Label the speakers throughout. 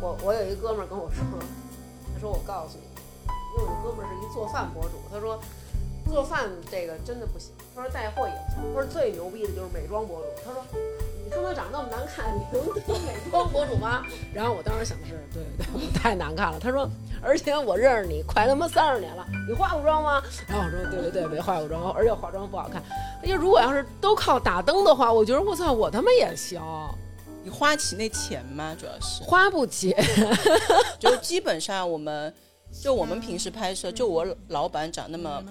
Speaker 1: 我有一哥们儿跟我说，他说我告诉你，因为我那哥们儿是一做饭博主，他说做饭这个真的不行，他说带货也不行，他说最牛逼的就是美妆博主，他说。你看他长那么难看，你能当美妆博主吗？ 然后我当时想是，对对，我太难看了。他说，而且我认识你快他妈三十年了，你化过妆吗？然后我说，对对对，没化过妆，而且化妆不好看。哎呀，如果要是都靠打灯的话，我觉得我操，我他妈也行，
Speaker 2: 你花起那钱吗？主要是，
Speaker 1: 花不起。
Speaker 2: 就基本上我们，就我们平时拍摄，就我老板长那么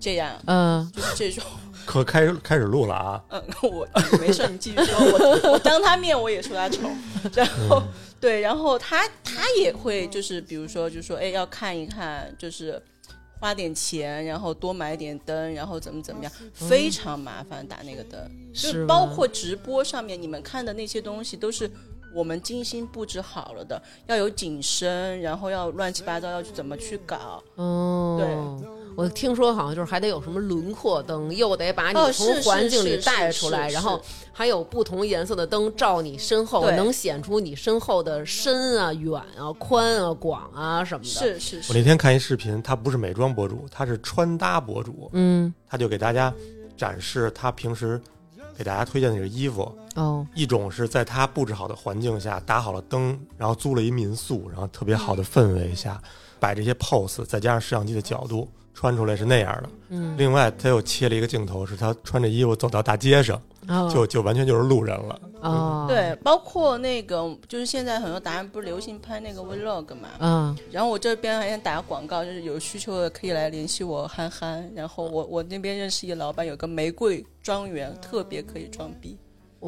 Speaker 2: 这样，
Speaker 1: 嗯，
Speaker 2: 就是这种，
Speaker 3: 可开始开始录了啊！
Speaker 2: 嗯，我没事，你继续说，我我当他面我也说他丑，然后对，然后他他也会就是比如说就说哎要看一看，就是花点钱，然后多买点灯，然后怎么怎么样，非常麻烦打那个灯，就是
Speaker 1: 吧
Speaker 2: 包括直播上面你们看的那些东西都是。我们精心布置好了的，要有景深，然后要乱七八糟，要去怎么去搞？
Speaker 1: 哦，对，我听说好像就是还得有什么轮廓灯，又得把
Speaker 2: 哦
Speaker 1: 你
Speaker 2: 是
Speaker 1: 从
Speaker 2: 是
Speaker 1: 环境里
Speaker 2: 是
Speaker 1: 带
Speaker 2: 是
Speaker 1: 出来，
Speaker 2: 是
Speaker 1: 然
Speaker 2: 是
Speaker 1: 后还有不同颜色的灯照你身后，
Speaker 2: 对
Speaker 1: 能显出你身后的深啊、远啊、宽啊、广啊什么的。，
Speaker 2: 是是
Speaker 3: 我
Speaker 2: 是，
Speaker 3: 那天看一视频，他不是美妆博主，他是穿搭博主，
Speaker 1: 嗯，
Speaker 3: 他就给大家展示他平时给大家推荐的那个衣服。
Speaker 1: 哦，
Speaker 3: 一种是在他布置好的环境下打好了灯，然后租了一民宿，然后特别好的氛围下摆这些 pose，再加上摄像机的角度穿出来是那样的。
Speaker 1: 嗯，
Speaker 3: 另外，他又切了一个镜头，是他穿着衣服走到大街上，
Speaker 1: 哦
Speaker 3: 就就完全就是路人了。
Speaker 1: 哦，，
Speaker 2: 对，包括那个就是现在很多达人不是流行拍那个 vlog 嘛，
Speaker 1: 嗯，
Speaker 2: 然后我这边还想打广告，就是有需求的可以来联系我憨憨，然后我我那边认识一个老板，有个玫瑰庄园，特别可以装逼，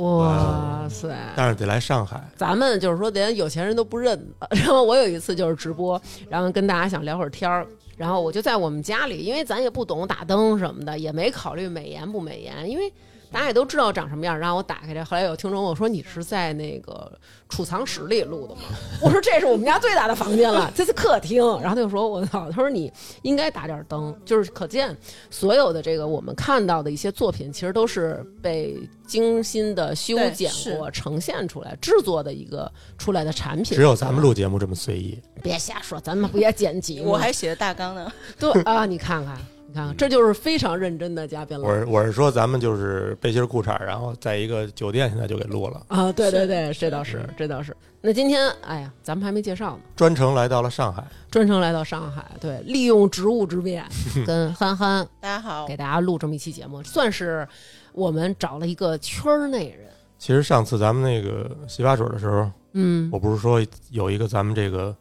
Speaker 1: 哇塞。
Speaker 3: 但是得来上海，
Speaker 1: 咱们就是说，连有钱人都不认。然后我有一次就是直播，然后跟大家想聊会儿天儿，然后我就在我们家里，因为咱也不懂打灯什么的，也没考虑美颜不美颜，因为大家也都知道长什么样。然后我打开这，后来有听众问我说：“你是在那个储藏室里录的吗？”我说：“这是我们家最大的房间了，这是客厅。”然后他就说：“我操！”他说：“你应该打点灯。”就是可见所有的这个我们看到的一些作品，其实都是被精心的修
Speaker 2: 对
Speaker 1: 剪
Speaker 2: 是
Speaker 1: 过、呃呈现出来、制作的一个出来的产品。
Speaker 3: 只有咱们录节目这么随意。
Speaker 1: 别瞎说，咱们不也剪辑吗？
Speaker 2: 我还写了大纲呢，
Speaker 1: 对啊，你看看，你看看，这就是非常认真的嘉宾
Speaker 3: 嗯我
Speaker 1: 了。
Speaker 3: 是我是说，咱们就是背心儿裤衩儿，然后在一个酒店现在就给录了，
Speaker 1: 啊，对对
Speaker 2: 是
Speaker 1: 对，这倒是，
Speaker 3: 嗯
Speaker 1: 这倒是。那今天，哎呀，咱们还没介绍呢，
Speaker 3: 专程来到了上海。
Speaker 1: 专程来到上海，对，利用职务之 便，跟憨憨
Speaker 2: 大家好
Speaker 1: 给，大家录这么一期节目，算是我们找了一个圈儿内人。
Speaker 3: 其实上次咱们那个洗发水的时候，
Speaker 1: 嗯
Speaker 3: 我不是说有一个咱们这个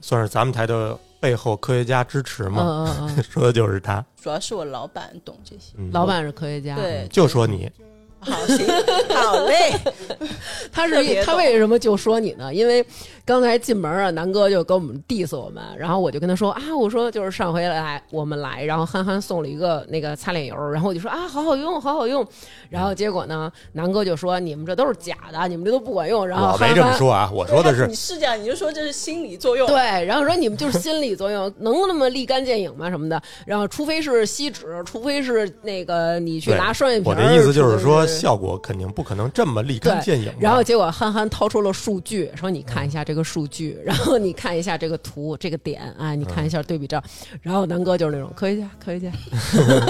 Speaker 3: 算是咱们台的背后科学家支持
Speaker 1: 嗯
Speaker 3: 吗？
Speaker 1: 嗯 嗯，
Speaker 3: 说的就是他，
Speaker 2: 主要是我老板懂这些，
Speaker 3: 嗯
Speaker 1: 老板是科学家，
Speaker 2: 对，
Speaker 3: 就说你
Speaker 2: 好行，好嘞，
Speaker 1: 他
Speaker 2: 特
Speaker 1: 是
Speaker 2: 别
Speaker 1: 一他
Speaker 2: 懂
Speaker 1: 为什么就说你呢？因为刚才进门啊，南哥就跟我们 diss 我们，然后我就跟他说啊，我说就是上回来我们来，然后憨憨送了一个那个擦脸油，然后我就说啊，好好用，好好用，然后结果呢，南哥就说你们这都是假的，你们这都不管用，然后
Speaker 3: 我
Speaker 1: 憨憨
Speaker 3: 没这么说啊，我说的是
Speaker 2: 你是这样，你就说这是心理作用，
Speaker 1: 对，然后说你们就是心理作用，能那么立竿见影吗？什么的？然后除非是吸脂，除非是那个你去
Speaker 3: 对
Speaker 1: 拿双眼皮
Speaker 3: 我
Speaker 1: 儿。
Speaker 3: 的意思就是说，
Speaker 1: 除非
Speaker 3: 效果肯定不可能这么立竿
Speaker 1: 对，
Speaker 3: 见影吧。
Speaker 1: 然后结果憨憨掏出了数据，说你看一下这个数据，然后你看一下这个图，这个点啊，你看一下对比照。然后南哥就是那种科学家，科学家，啊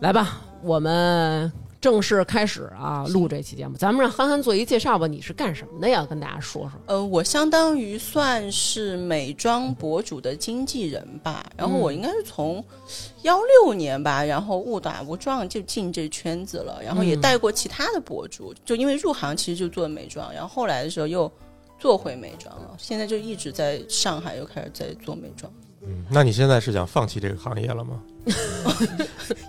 Speaker 1: 来吧，我们。正式开始啊，录这期节目，咱们让憨憨做一介绍吧。你是干什么的呀？跟大家说说。
Speaker 2: 呃，我相当于算是美妆博主的经纪人吧，然后
Speaker 1: 嗯
Speaker 2: 我应该是从幺六年吧，然后误打误撞就进这圈子了，然后
Speaker 1: 嗯
Speaker 2: 也带过其他的博主，就因为入行其实就做美妆，然后后来的时候又做回美妆了，现在就一直在上海又开始在做美妆，
Speaker 3: 嗯那你现在是想放弃这个行业 了吗？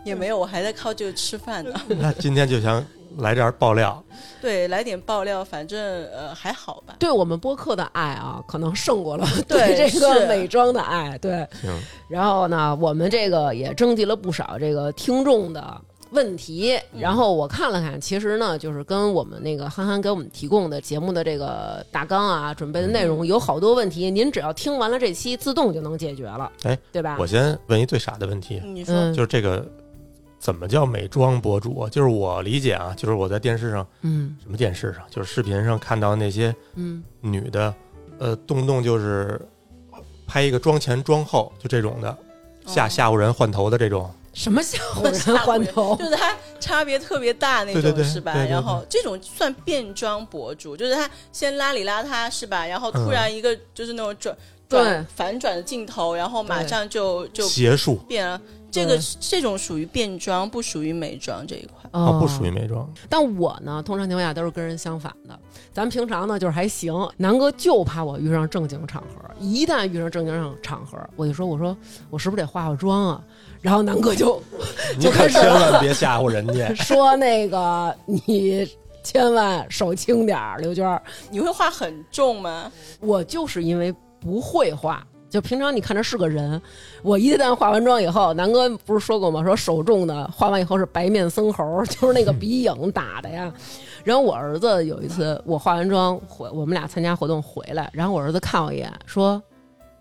Speaker 2: 也没有，我还在靠这个吃饭
Speaker 1: 嗯
Speaker 2: 呢。
Speaker 3: 那今天就想来这儿爆料，
Speaker 1: 啊
Speaker 2: 对，来点爆料，反正呃还好吧。
Speaker 1: 对我们播客的爱啊，可能胜 过了
Speaker 2: 对
Speaker 1: 这个
Speaker 2: 是
Speaker 1: 美妆的爱。对，
Speaker 3: 行，
Speaker 1: 然后呢，我们这个也征集了不少这个听众的问题，嗯然后我看了看，其实呢，就是跟我们那个憨憨给我们提供的节目的这个大纲啊，准备的内容有好多问题，您只要听完了这期，自动就能解决了，
Speaker 3: 哎，
Speaker 1: 对吧
Speaker 3: 我？先问一最傻的问题，
Speaker 2: 你说、
Speaker 1: 嗯，
Speaker 3: 就是这个怎么叫美妆博主啊？就是我理解啊，就是我在电视上
Speaker 1: 嗯
Speaker 3: 什么电视上，就是视频上看到那些
Speaker 1: 嗯
Speaker 3: 女的，呃，动不动就是拍一个妆前妆后，就这种的，吓
Speaker 2: 哦
Speaker 3: 吓唬人换头的这种。
Speaker 1: 什么吓唬人换头
Speaker 2: 就？是它差别特别大那
Speaker 3: 对对
Speaker 2: 种，
Speaker 3: 对
Speaker 2: 是吧
Speaker 3: 对对？对
Speaker 2: 然后这种算变装博主，就是他先邋里邋遢，是吧？然后
Speaker 3: 嗯
Speaker 2: 突然一个就是那种转转反转的镜头，然后马上就就
Speaker 3: 邪术
Speaker 2: 变了。这个这种属于变装，不属于美妆这一块。
Speaker 3: 啊，
Speaker 1: 哦
Speaker 3: 不属于美妆。
Speaker 1: 但我呢，通常情况下都是跟人相反的。咱们平常呢，就是还行。南哥就怕我遇上正经场合，一旦遇上正经场场合，我就说，我说我是不是得化化妆啊？然后南哥 就。
Speaker 3: 你可千万别吓唬人 家
Speaker 1: 说那个你千万手轻点儿，刘娟儿。
Speaker 2: 你会画很重吗？
Speaker 1: 我就是因为不会画。就平常你看着是个人，我一旦化完妆以后，南哥不是说过吗？说手重的化完以后是白面僧猴，就是那个鼻影打的呀。 然后我儿子有一次我化完妆回，我们俩参加活动回来，然后我儿子看我一眼说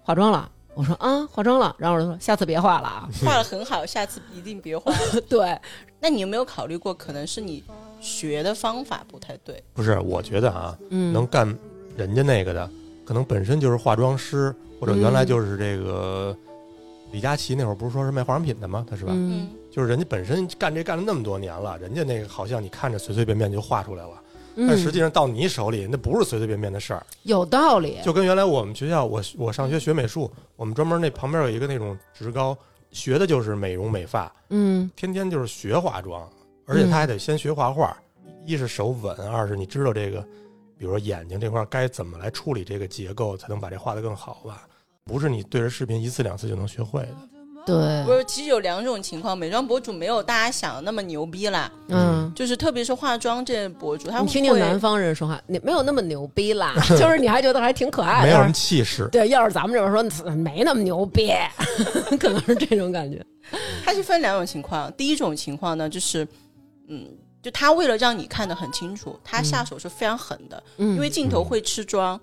Speaker 1: 化妆了，我说啊化妆了，然后我就说下次别化了 啊。
Speaker 2: 画的很好，下次一定别画。
Speaker 1: 对，
Speaker 2: 那你有没有考虑过，可能是你学的方法不太对？
Speaker 3: 不是，我觉得啊，
Speaker 1: 嗯，
Speaker 3: 能干人家那个的，可能本身就是化妆师，或者
Speaker 1: 嗯
Speaker 3: 原来就是这个李佳琦那会儿不是说是卖化妆品的吗？他是吧？
Speaker 1: 嗯
Speaker 2: 嗯，
Speaker 3: 就是人家本身干这干了那么多年了，人家那个好像你看着随随便便就画出来了，但实
Speaker 1: 嗯，
Speaker 3: 际上到你手里那不是随随便便的事儿。
Speaker 1: 有道理。
Speaker 3: 就跟原来我们学校，我我上学学美术，我们专门那旁边有一个那种职高，学的就是美容美发，
Speaker 1: 嗯
Speaker 3: 天天就是学化妆，而且他还得先学画画，一是手稳，二是你知道这个，比如说眼睛这块儿该怎么来处理这个结构，才能把这画得更好吧？不是你对着视频一次两次就能学会的。
Speaker 1: 对，
Speaker 2: 嗯不是，其实有两种情况，美妆博主没有大家想的那么牛逼啦。
Speaker 1: 嗯。
Speaker 2: 就是特别是化妆这博主，他
Speaker 1: 你
Speaker 2: 们
Speaker 1: 听听
Speaker 2: 会
Speaker 1: 南方人说话，你没有那么牛逼啦， 就是你还觉得还挺可爱的，
Speaker 3: 没有什么气势，
Speaker 1: 对，要是咱们这边说没那么牛逼， 可能是这种感觉。
Speaker 2: 它是分两种情况。第一种情况呢，就是，嗯，就他为了让你看得很清楚，他下手是非常狠的，
Speaker 1: 嗯
Speaker 2: 因为镜头会吃妆。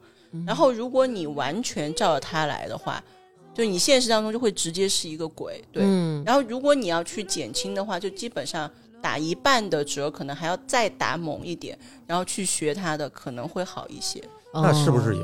Speaker 2: 然后如果你完全照着他来的话，就你现实当中就会直接是一个鬼。对，
Speaker 1: 嗯
Speaker 2: 然后如果你要去减轻的话，就基本上打一半的折，可能还要再打猛一点，然后去学他的可能会好一些。
Speaker 1: 哦
Speaker 3: 那是不是
Speaker 1: 也？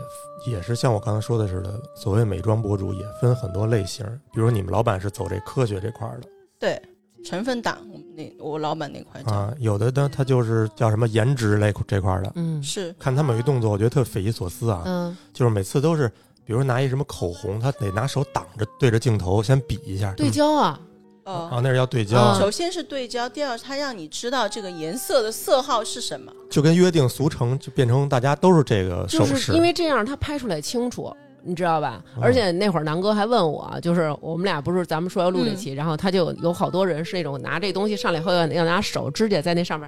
Speaker 3: 也也是像我刚才说的似的？所谓美妆博主也分很多类型，比如你们老板是走这科学这块儿的
Speaker 2: 对，成分党，我们那我老板那块讲、
Speaker 3: 啊，有的呢他就是叫什么颜值类这块儿的。
Speaker 1: 嗯
Speaker 2: 是
Speaker 3: 看他们有一动作，我觉得特匪夷所思啊，
Speaker 1: 嗯，
Speaker 3: 就是每次都是，比如拿一什么口红，他得拿手挡着对着镜头先比一下，嗯
Speaker 1: 对焦啊，
Speaker 2: 呃。
Speaker 3: 啊，那是要对焦，
Speaker 1: 啊
Speaker 2: 首先是对焦，第二它让你知道这个颜色的色号是什么。
Speaker 3: 就跟约定俗成，就变成大家都是这个手
Speaker 1: 就
Speaker 3: 势，
Speaker 1: 是因为这样他拍出来清楚。你知道吧？
Speaker 3: 嗯
Speaker 1: 而且那会儿南哥还问我，就是我们俩不是咱们说要录
Speaker 2: 嗯
Speaker 1: 这期，然后他就有好多人是那种拿这东西上来以后要要拿手指甲在那上面，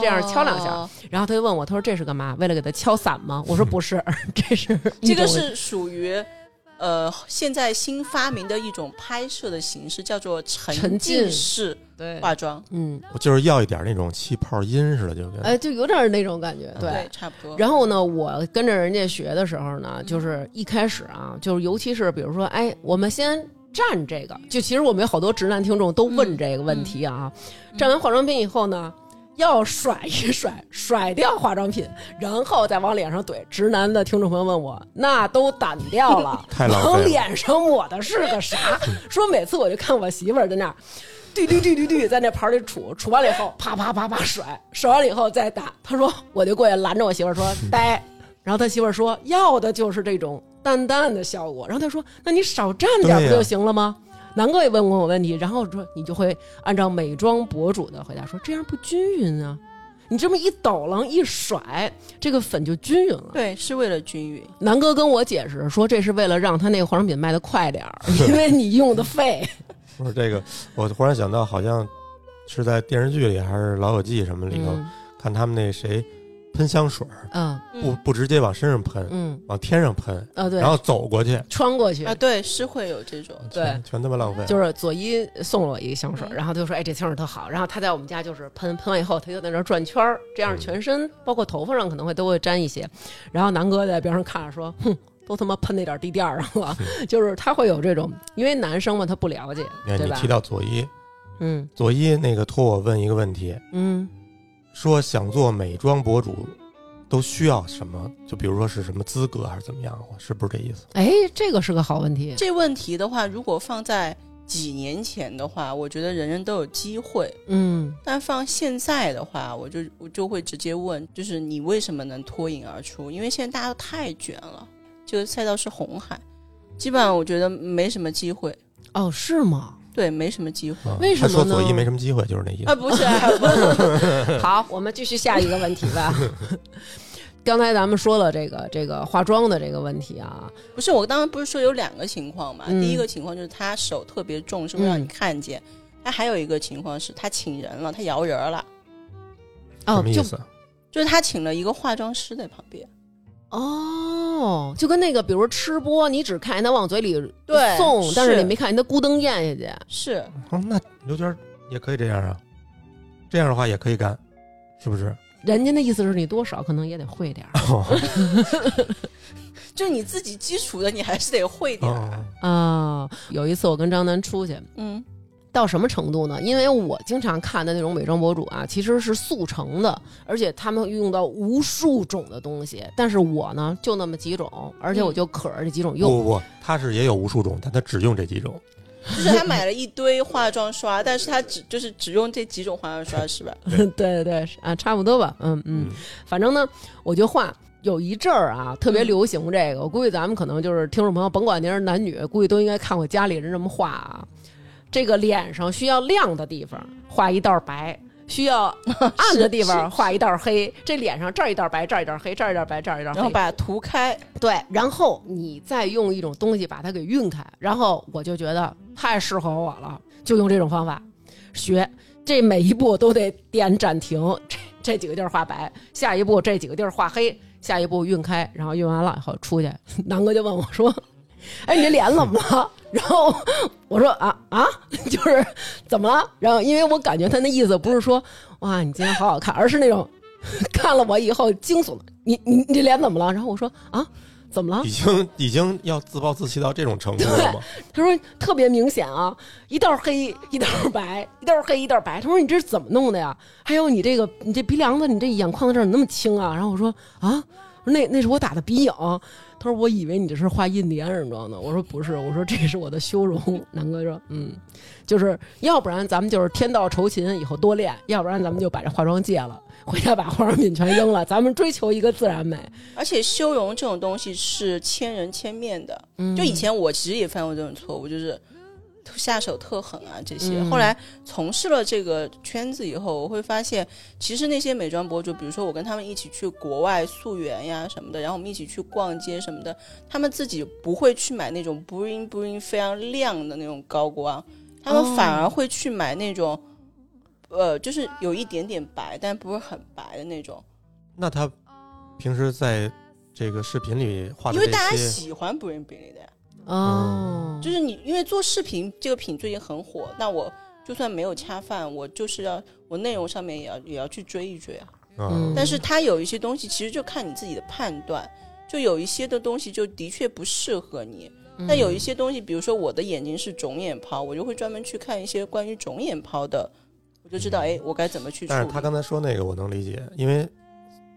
Speaker 1: 这样敲两下
Speaker 2: 哦，
Speaker 1: 然后他就问我，他说这是干嘛？为了给他敲散吗？ 我说不是， 这是一
Speaker 2: 这个
Speaker 1: 种
Speaker 2: 是属于呃现在新发明的一种拍摄的形式，叫做
Speaker 1: 沉
Speaker 2: 沉
Speaker 1: 浸
Speaker 2: 浸式
Speaker 1: 对，
Speaker 2: 化妆。
Speaker 1: 嗯，
Speaker 3: 我就是要一点那种气泡音似的，就跟、
Speaker 1: 哎，就有点那种感觉，
Speaker 3: 嗯对
Speaker 2: 对，差不多。
Speaker 1: 然后呢，我跟着人家学的时候呢，就是一开始啊，就是尤其是比如说，哎，我们先蘸这个，就其实我们有好多直男听众都问这个问题啊，蘸、完化妆品以后呢。要甩一甩，甩掉化妆品，然后再往脸上怼。直男的听众朋友问我，那都掸掉了，
Speaker 3: 太浪
Speaker 1: 往
Speaker 3: 费了。嗯
Speaker 1: 脸上抹的是个啥？说每次我就看我媳妇儿在那儿，嘟嘟嘟嘟嘟，在那盘里杵，杵完了以后，啪啪啪啪甩，甩完了以后再打。他说，我就过去拦着我媳妇儿说，
Speaker 3: 嗯
Speaker 1: 呆。然后他媳妇儿说，要的就是这种淡淡的效果。然后他说，那你少蘸点儿
Speaker 3: 对呀
Speaker 1: 不就行了吗？南哥也问过我问题，然后说你就会按照美妆博主的回答说，这样不均匀啊。你这么一抖楞一甩，这个粉就均匀了。
Speaker 2: 对，是为了均匀。
Speaker 1: 南哥跟我解释说，这是为了让他那个化妆品卖的快点儿， 因为你用的费。
Speaker 3: 不是这个，我忽然想到，好像是在电视剧里还是《老友记》什么里头，
Speaker 1: 嗯
Speaker 3: 看他们那谁喷香水儿，
Speaker 1: 嗯
Speaker 3: 不不直接往身上喷，
Speaker 1: 嗯
Speaker 3: 往天上喷，
Speaker 1: 啊，对
Speaker 3: 然，后走过去，
Speaker 1: 穿过去
Speaker 2: 啊，对，是会有这种。
Speaker 1: 对
Speaker 3: 全全他妈浪费。
Speaker 1: 就是左一送了我一个香水，
Speaker 2: 嗯
Speaker 1: 然后他就说：“哎，这香水特好。”然后他在我们家就是喷，喷完以后他就在那儿转圈儿，这样
Speaker 3: 嗯
Speaker 1: 全身包括头发上可能会都会沾一些。然后南哥在边上看着说：“ 哼。”都他妈喷那点儿地啊垫儿上了，就是他会有这种，因为男生嘛，他不了解，
Speaker 3: 你看
Speaker 1: 对
Speaker 3: 你
Speaker 1: 吧
Speaker 3: 提？到佐伊，
Speaker 1: 嗯
Speaker 3: 佐伊那个托我问一个问题，
Speaker 1: 嗯
Speaker 3: 说想做美妆博主都需要什么？就比如说是什么资格还是怎么样？是不是这意思？
Speaker 1: 哎，这个是个好问题。
Speaker 2: 这问题的话，如果放在几年前的话，我觉得人人都有机会；
Speaker 1: 嗯
Speaker 2: 但放现在的话，我就我就会直接问，就是你为什么能脱颖而出？因为现在大家都太卷了，这个赛道是红海，基本上我觉得没什么机会。
Speaker 1: 哦，是 吗？
Speaker 2: 对，没什么机会。
Speaker 3: 啊
Speaker 1: 为什么
Speaker 3: 他说佐伊
Speaker 1: 呢
Speaker 3: 没什么机会，就是那意
Speaker 2: 啊，
Speaker 3: 思。
Speaker 2: 不是 啊，
Speaker 1: 好，我们继续下一个问题 吧。刚才咱们说了这个这个化妆的这个问题啊，
Speaker 2: 不是，我刚刚不是说有两个情况嘛？
Speaker 1: 嗯
Speaker 2: 第一个情况就是他手特别重，是会让你看见；他还有一个情况是他请人了，他摇人了，
Speaker 3: 什
Speaker 1: 哦
Speaker 3: 么，意
Speaker 1: 就
Speaker 3: 思？
Speaker 2: 就是他请了一个化妆师在旁边。
Speaker 1: 哦，就跟那个，比如吃播，你只看见他往嘴里
Speaker 2: 对
Speaker 1: 送，但是
Speaker 2: 是
Speaker 1: 你没看见他咕噔咽下去。
Speaker 2: 是，
Speaker 3: 哦，那刘娟也可以这样啊，这样的话也可以干，是不 是？
Speaker 1: 人家那意思是你多少可能也得会点儿
Speaker 3: 哦
Speaker 2: 就是你自己基础的，你还是得会点儿。
Speaker 3: 哦，
Speaker 1: 啊、有一次我跟张楠出去，
Speaker 2: 嗯
Speaker 1: 到什么程度呢？因为我经常看的那种美妆博主啊，其实是速成的，而且他们用到无数种的东西，但是我呢就那么几种，而且我就可着这几种
Speaker 3: 不
Speaker 1: 用。
Speaker 3: 不不，他是也有无数种，但他只用这几种。
Speaker 2: 就是他买了一堆化妆刷，但是他只就是只用这几种化妆刷，是吧？
Speaker 1: 对 对对，是啊，差不多吧，嗯嗯。反正呢，我就画。有一阵儿啊，特别流行这个，我估计咱们可能就是听众朋友，甭管您是男女，估计都应该看过家里人这么画啊。这个脸上需要亮的地方画一道白，需要暗的地方画一道黑。这脸上这儿一道白，这儿一道黑，这儿一道白，这儿一道
Speaker 2: 然后
Speaker 1: 黑。
Speaker 2: 把涂开，
Speaker 1: 对，然后你再用一种东西把它给晕开，然后我就觉得太适合我了，就用这种方法学。这每一步都得点暂停，这这几个地儿画白，下一步这几个地儿画黑，下一步晕开，然后晕完了以后出去， 南哥就问我说：“哎，你这脸怎么了？” 然后我说：“啊啊， 就是怎么了？”然后因为我感觉他那意思不是说“哇，你今天好好看”，而是那种 看了我以后惊悚了，你你你这脸怎么了？然后我说：“啊，怎么了？”
Speaker 3: 已经已经要自暴自弃到这种程度了吗？
Speaker 1: 他说特别明显啊，一道黑一道白，一道黑一道白。他说你这是怎么弄的呀？还有你这个你这鼻梁子，你这眼眶子这儿怎么那么轻啊？然后我说啊，我说那那是我打的鼻影。他说我以为你这是画印第安人妆呢。我说不是，我说这是我的修容。南哥说嗯，就是要不然咱们就是天道酬勤，以后多练；要不然咱们就把这化妆戒了，回家把化妆品全扔了，咱们追求一个自然美。
Speaker 2: 而且修容这种东西是千人千面的。
Speaker 1: 嗯
Speaker 2: 就以前我其实也犯过这种错误，就是下手特狠啊这些。
Speaker 1: 嗯
Speaker 2: 后来从事了这个圈子以后，我会发现，其实那些美妆博主，比如说我跟他们一起去国外溯源呀什么的，然后我们一起去逛街什么的，他们自己不会去买那种 bling bling 非常亮的那种高光，他们反
Speaker 3: 哦
Speaker 2: 而会去买那种。呃，就是有一点点白，但不是很白的那种，
Speaker 3: 那他平时在这个视频里画
Speaker 2: 因
Speaker 3: 的
Speaker 2: 为大
Speaker 3: 这
Speaker 2: 家
Speaker 3: 些，
Speaker 2: 喜欢 bling bling 的呀。
Speaker 1: 哦，
Speaker 2: 就是你因为做视频这个品最近很火，那我就算没有恰饭，我就是要我内容上面也要也要去追一追啊。
Speaker 1: 嗯
Speaker 2: 但是它有一些东西其实就看你自己的判断，就有一些的东西就的确不适合你。
Speaker 3: 嗯
Speaker 2: 那有一些东西，比如说我的眼睛是肿眼泡，我就会专门去看一些关于肿眼泡的，我就知道哎，我该怎么去处
Speaker 3: 但
Speaker 2: 理
Speaker 3: 是。他刚才说那个我能理解，因为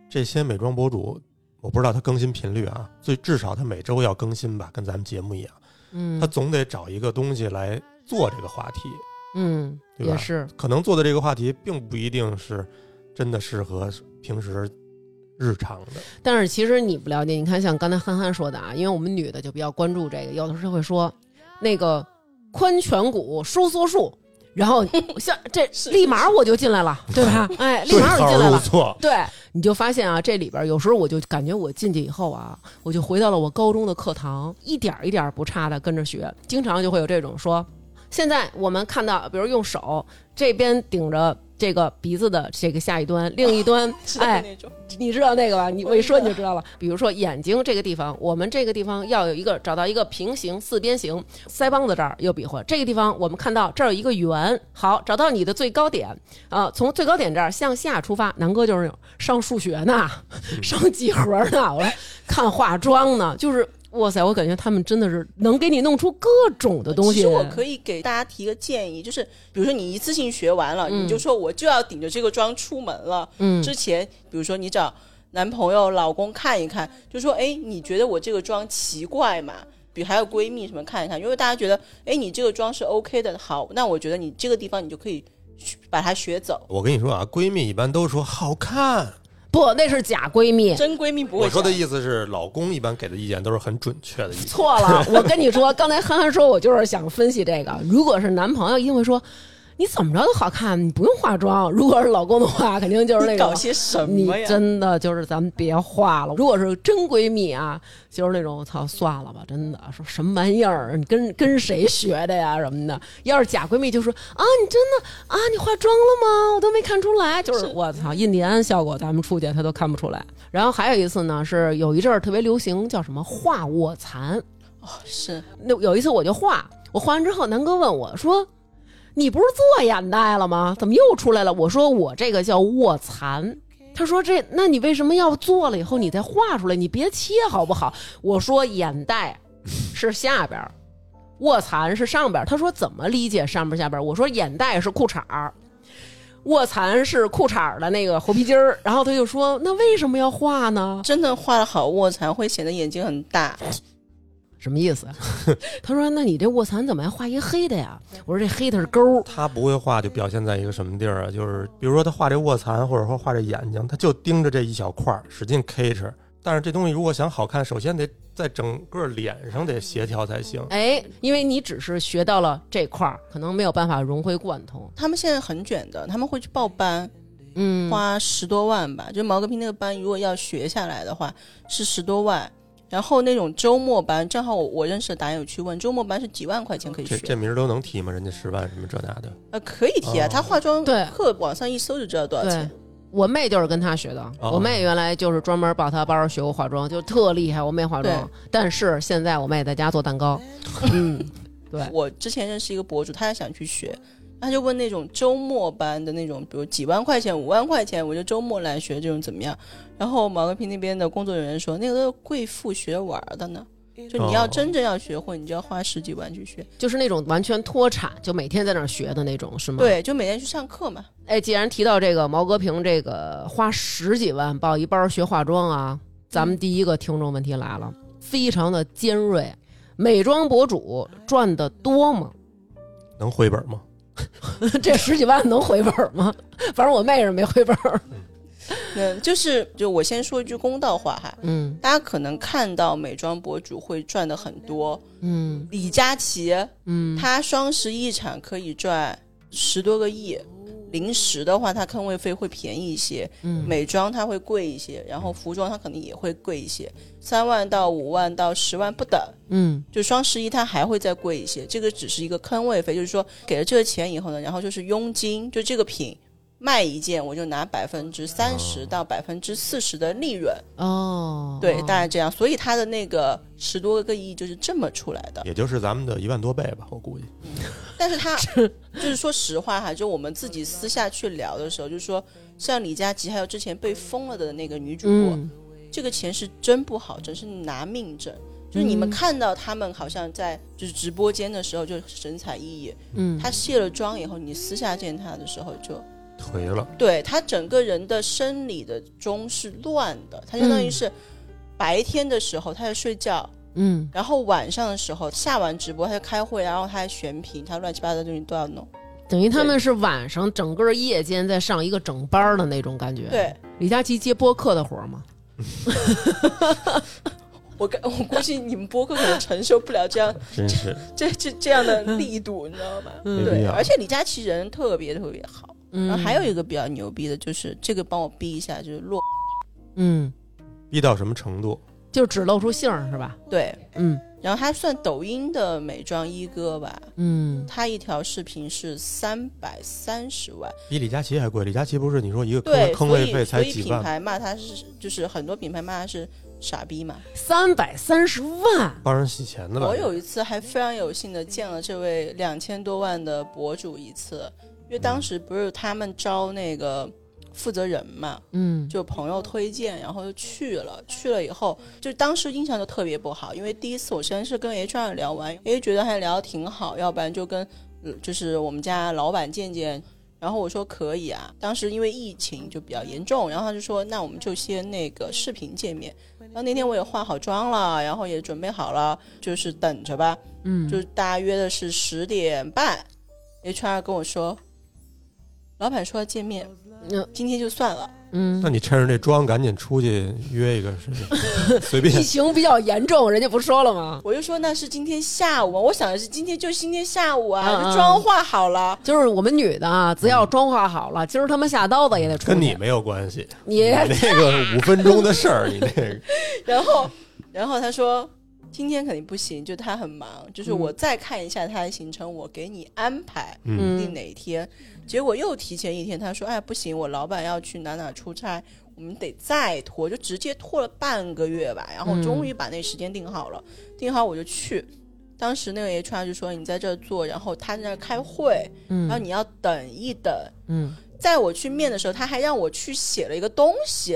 Speaker 3: 这些美妆博主，我不知道他更新频率啊，最至少他每周要更新吧，跟咱们节目一样，
Speaker 1: 嗯
Speaker 3: 他总得找一个东西来做这个话题。
Speaker 1: 嗯
Speaker 3: 对吧
Speaker 1: 也是
Speaker 3: 可能做的这个话题并不一定是真的适合平时日常的，
Speaker 1: 但是其实你不了解，你看像刚才憨憨说的啊，因为我们女的就比较关注这个，有的时候会说那个髋颧骨收缩术，然后 像这
Speaker 2: 是
Speaker 1: 立马我就进来 了，对吧？哎，立
Speaker 3: 对
Speaker 1: 马我就
Speaker 3: 号
Speaker 1: 进来
Speaker 3: 入
Speaker 1: 了。
Speaker 3: 座。
Speaker 1: 对，你就发现啊，这里边有时候我就感觉我进去以后啊，我就回到了我高中的课堂，一点儿一点儿不差的跟着学，经常就会有这种说，现在我们看到，比如用手这边顶着这个鼻子的这个下一端，另一端
Speaker 2: 是的
Speaker 1: 哎
Speaker 2: 那种，
Speaker 1: 你知道那个吧？你
Speaker 2: 我
Speaker 1: 我一说
Speaker 2: 知
Speaker 1: 你
Speaker 2: 道
Speaker 1: 就知道了。比如说眼睛这个地方，我们这个地方要有一个找到一个平行四边形，腮帮子这儿又比划，这个地方我们看到这儿有一个圆，好，找到你的最高点啊、从最高点这儿向下出发。南哥
Speaker 2: 嗯
Speaker 1: 就是那种上数学呢，上几何呢，我说看化妆呢，就是哇塞，我感觉他们真的是能给你弄出各种的东
Speaker 2: 其
Speaker 1: 西。
Speaker 2: 实我可以给大家提个建议，就是比如说你一次性学完了，
Speaker 1: 嗯
Speaker 2: 你就说我就要顶着这个妆出门了。
Speaker 1: 嗯
Speaker 2: 之前比如说你找男朋友、老公看一看，就说哎，你觉得我这个妆奇怪吗？比如还有闺蜜什么看一看，因为大家觉得哎，你这个妆是 OK 的，好，那我觉得你这个地方你就可以学把它学走。
Speaker 3: 我跟你说啊，闺蜜一般都说好看。
Speaker 1: 不，那是假闺蜜。
Speaker 2: 真闺蜜不会
Speaker 3: 我说的
Speaker 2: 讲
Speaker 3: 意思是，老公一般给的意见都是很准确的意见。
Speaker 1: 错 了，我跟你说，刚才憨憨说，我就是想分析这个。如果是男朋友，一定会说你怎么着都好看，你不用化妆。如果是老公的话，肯定就是那
Speaker 2: 你
Speaker 1: 种
Speaker 2: 搞些什
Speaker 1: 你
Speaker 2: 么呀？
Speaker 1: 真的就是咱们别化了。如果是真闺蜜啊，就是那种操算了吧，真的啊说什么玩意儿，你跟跟谁学的呀什么的。要是假闺蜜就说啊，你真的啊，你化妆了吗？我都没看出来。就是
Speaker 2: 是
Speaker 1: 我操，印第安效果咱们出去她都看不出来。然后还有一次呢，是有一阵儿特别流行叫什么画卧蚕。
Speaker 2: 是
Speaker 1: 那有一次我就画，我画完之后，南哥问我说。你不是做眼袋了吗？怎么又出来了？我说我这个叫卧蚕。他说这，那你为什么要做了以后你再画出来？你别切好不好？我说眼袋是下边儿，卧蚕是上边儿。他说怎么理解上边儿下边儿？我说眼袋是裤衩儿，卧蚕是裤衩儿的那个猴皮筋儿。然后他就说，那为什么要画呢？
Speaker 2: 真的画的好卧蚕会显得眼睛很大，
Speaker 1: 什么意 思？他说：“那你这卧蚕怎么还画一黑的呀？”我说：“这黑的是勾儿。
Speaker 3: 他不会画，就表现在一个什么地儿啊？就是比如说他画这卧蚕，或者说画这眼睛，他就盯着这一小块儿，使劲 K 扯。但是这东西如果想好看，首先得在整个脸上得协调才行”。
Speaker 1: 哎，因为你只是学到了这块儿，可能没有办法融会贯通。
Speaker 2: 他们现在很卷的，他们会去报班，
Speaker 1: 嗯，
Speaker 2: 花十多万吧。就毛戈平那个班，如果要学下来的话，是十多万。然后那种周末班，正好我我认识的打友去问，周末班是几万块钱可以
Speaker 3: 哦这
Speaker 2: 学
Speaker 3: 这，名儿都能提吗？人家十万什么这那的
Speaker 2: 呃，可以提啊。
Speaker 3: 哦
Speaker 2: 他化妆
Speaker 1: 对
Speaker 2: 课网上一搜就知道多少
Speaker 1: 对
Speaker 2: 钱。。
Speaker 1: 我妹就是跟她学的，
Speaker 3: 哦
Speaker 1: 我妹原来就是专门报她班儿学过化妆，就特厉害。我妹化妆
Speaker 2: 对，
Speaker 1: 但是现在我妹在家做蛋糕。嗯，对
Speaker 2: 我之前认识一个博主，他也想去学，他就问那种周末班的那种，比如几万块钱、五万块钱，我就周末来学这种怎么样？然后毛戈平那边的工作人员说，那个都是贵妇学玩儿的呢。就你要
Speaker 3: 哦
Speaker 2: 真正要学会，你就要花十几万去学。
Speaker 1: 就是那种完全脱产，就每天在那儿学的那种，
Speaker 3: 嗯
Speaker 1: 是吗？。
Speaker 2: 对，就每天去上课嘛。
Speaker 1: 哎，既然提到这个毛戈平，这个花十几万报一班儿学化妆啊，咱
Speaker 2: 嗯
Speaker 1: 们第一个听众问题来了，非常的尖锐。美妆博主赚的多吗？
Speaker 3: 能回本吗？
Speaker 1: 这十几万能回本儿吗？反正我妹是没回本儿。
Speaker 2: 那嗯就是，就我先说一句公道话哈，
Speaker 1: 嗯
Speaker 2: 大家可能看到美妆博主会赚的很多，
Speaker 1: 嗯
Speaker 2: 李佳琦
Speaker 1: 嗯，
Speaker 2: 她双十一产可以赚十多个亿，零食的话她坑位费会便宜一些，
Speaker 1: 嗯
Speaker 2: 美妆它会贵一些，然后服装它可能也会贵一些，三万到五万到十万不等。
Speaker 1: 嗯
Speaker 2: 就双十一它还会再贵一些，这个只是一个坑位费，就是说给了这个钱以后呢，然后就是佣金，就这个品卖一件我就拿百分之三十到百分之四十的利润，
Speaker 1: 哦，
Speaker 2: 对，大概这样，所以它的那个十多个亿就是这么出来 的。
Speaker 3: 也就是咱们的一万多倍吧，我估计。
Speaker 2: 但是它就是说实话哈，就我们自己私下去聊的时候，就是说像李佳琦还有之前被封了的那个女主播，
Speaker 1: 嗯
Speaker 2: 这个钱是真不好挣，是拿命挣。就是你们看到他们好像在就是直播间的时候就神采奕奕，
Speaker 1: 嗯
Speaker 2: 他卸了妆以后，你私下见他的时候就，
Speaker 3: 颓了，
Speaker 2: 对他整个人的生理的钟是乱的，他相当于
Speaker 1: 嗯
Speaker 2: 是白天的时候他在睡觉，
Speaker 1: 嗯，
Speaker 2: 然后晚上的时候下完直播他在开会，然后他还选品，他乱七八糟的东西都要弄。
Speaker 1: 等于他们是晚上整个夜间在上一个整班儿的那种感觉。，
Speaker 2: 对
Speaker 1: 李佳琦接播客的活儿吗？
Speaker 2: 我感，我估计你们播客可能承受不了这样
Speaker 3: 真是
Speaker 2: 这这这样的力度，你知道吗？
Speaker 3: 没必
Speaker 2: 嗯对，
Speaker 3: 要
Speaker 2: 而。且李佳琦人特别特别好。然
Speaker 1: 嗯，
Speaker 2: 呃后还有一个比较牛逼的，就是这个帮我逼一下，就是洛
Speaker 1: 嗯，
Speaker 3: 逼到什么程度？
Speaker 1: 就只露出姓儿是吧？
Speaker 2: 对，
Speaker 1: 嗯
Speaker 2: 然后他算抖音的美妆一哥吧，
Speaker 1: 嗯。
Speaker 2: 他一条视频是三百三十万，
Speaker 3: 比李佳琦还贵。李佳琦不是你说一个坑
Speaker 2: 对，
Speaker 3: 位坑
Speaker 2: 所
Speaker 3: 位
Speaker 2: 以所
Speaker 3: 费才
Speaker 2: 以
Speaker 3: 几
Speaker 2: 品
Speaker 3: 万吗？
Speaker 2: 牌骂他是就是很多品牌骂他是傻逼嘛。
Speaker 1: 三百三十万，
Speaker 3: 帮人洗钱的吧？
Speaker 2: 我有一次还非常有幸的见了这位
Speaker 3: 嗯
Speaker 2: 两千多万的博主一次，因为当时不是他们招那个负责人嘛，
Speaker 1: 嗯，
Speaker 2: 就朋友推荐，然后就去了。去了以后，就当时印象就特别不好，因为第一次我先是跟 HR 聊完，A 觉得还聊得挺好，要不然就跟呃就是我们家老板见见。然后我说可以啊，当时因为疫情就比较严重，然后他就说那我们就先那个视频见面。然后那天我也化好妆了，然后也准备好了，就是等着吧。
Speaker 1: 嗯，
Speaker 2: 就是大约的是十点半，HR 跟我说，老板说要见面，
Speaker 1: 嗯
Speaker 2: 今天就算了。
Speaker 1: 嗯
Speaker 3: 那，你趁着这妆赶紧出去约一个，是 随
Speaker 1: 疫
Speaker 3: 便。
Speaker 1: 情比较严重，人家不说了吗？
Speaker 2: 我就说那是今天下午啊，我想的是今天就今天下午啊，
Speaker 1: 嗯嗯
Speaker 2: 就妆化好了。
Speaker 1: 就是我们女的啊，只要妆化好了，今儿他妈下刀子也得出去。
Speaker 3: 跟你没有关系，
Speaker 1: 你
Speaker 3: 你那个五分钟的事儿，你 那个
Speaker 2: 然后，然后他说今天肯定不行，就他很忙，就是我再看一下他的行程，我给你安排。定
Speaker 3: 嗯，
Speaker 1: 嗯
Speaker 2: 定哪一天，结果又提前一天，他说：“哎，不行，我老板要去哪哪出差，我们得再拖，就直接拖了半个月吧。”然后
Speaker 1: 嗯
Speaker 2: 终于把那时间定好了，定好我就去。当时那个 HR 就说：“你在这儿坐，然后他在那儿开会，然后
Speaker 1: 嗯
Speaker 2: 你要等一等。
Speaker 1: 嗯
Speaker 2: 在我去面的时候，他还让我去写了一个东西，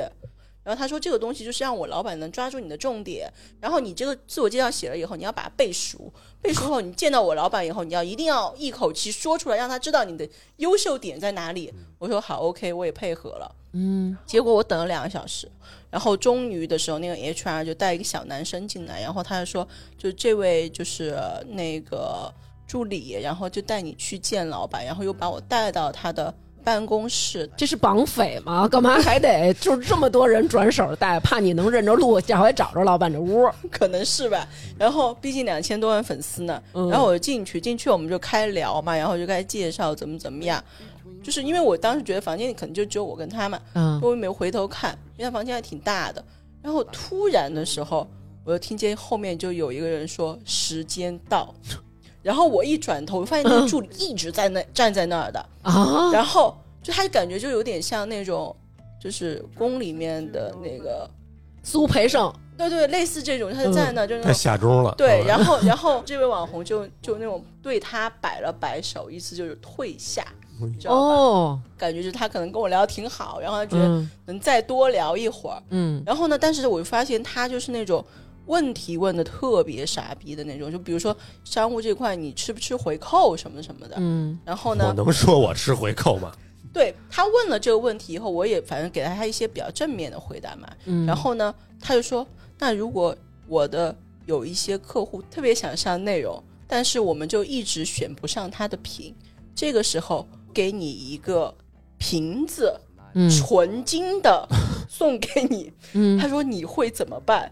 Speaker 2: 然后他说这个东西就是让我老板能抓住你的重点，然后你这个自我介绍写了以后，你要把它背熟，背熟后你见到我老板以后，你要一定要一口气说出来，让他知道你的优秀点在哪里。我说好，OK，我也配合了。
Speaker 1: 嗯
Speaker 2: 结果我等了两个小时，然后终于的时候，那个 HR 就带一个小男生进来，然后他就说，就这位就是呃那个助理，然后就带你去见老板，然后又把我带到他的办公室，
Speaker 1: 这是绑匪吗？干嘛还得就是这么多人转手带？怕你能认着路，下回找着老板这屋。
Speaker 2: 可能是吧。然后毕竟两千多万粉丝呢，
Speaker 1: 嗯
Speaker 2: 然后我就进去，进去我们就开聊嘛，然后就开始介绍怎么怎么样。就是因为我当时觉得房间里可能就只有我跟他嘛，
Speaker 1: 嗯
Speaker 2: 我也没有回头看，因为他房间还挺大的。然后突然的时候，我就听见后面就有一个人说“时间 到”，然后我一转头，我发现那个助理一直 在那、站在那儿的，
Speaker 1: 啊，
Speaker 2: 然后就他感觉就有点像那种就是宫里面的那个，
Speaker 1: 苏培盛，
Speaker 2: 对对，类似这种，他就站在那儿就那
Speaker 3: 嗯太
Speaker 2: 种。
Speaker 3: 下钟了。
Speaker 2: 对，
Speaker 3: 嗯
Speaker 2: 然 后然后这位网红就就那种对他摆了摆手，意思就是退下，
Speaker 3: 嗯
Speaker 2: 你知道吧？
Speaker 1: 哦，
Speaker 2: 感觉就是他可能跟我聊得挺好，然后他觉得
Speaker 1: 嗯
Speaker 2: 能再多聊一会儿，
Speaker 1: 嗯
Speaker 2: 然后呢，但是我就发现他就是那种问题问的特别傻逼的那种，就比如说商务这块你吃不吃回扣什么什么的。
Speaker 1: 嗯
Speaker 2: 然后
Speaker 3: 我
Speaker 2: 呢，
Speaker 3: 能说我吃回扣吗？
Speaker 2: 对他问了这个问题以后，我也反正给了他一些比较正面的回答嘛。
Speaker 1: 嗯，
Speaker 2: 然后呢，他就说，那如果我的有一些客户特别想上内容，但是我们就一直选不上他的品，这个时候给你一个瓶子，
Speaker 1: 嗯
Speaker 2: 纯金的送给 你，
Speaker 1: 嗯
Speaker 2: 他说你会怎么办？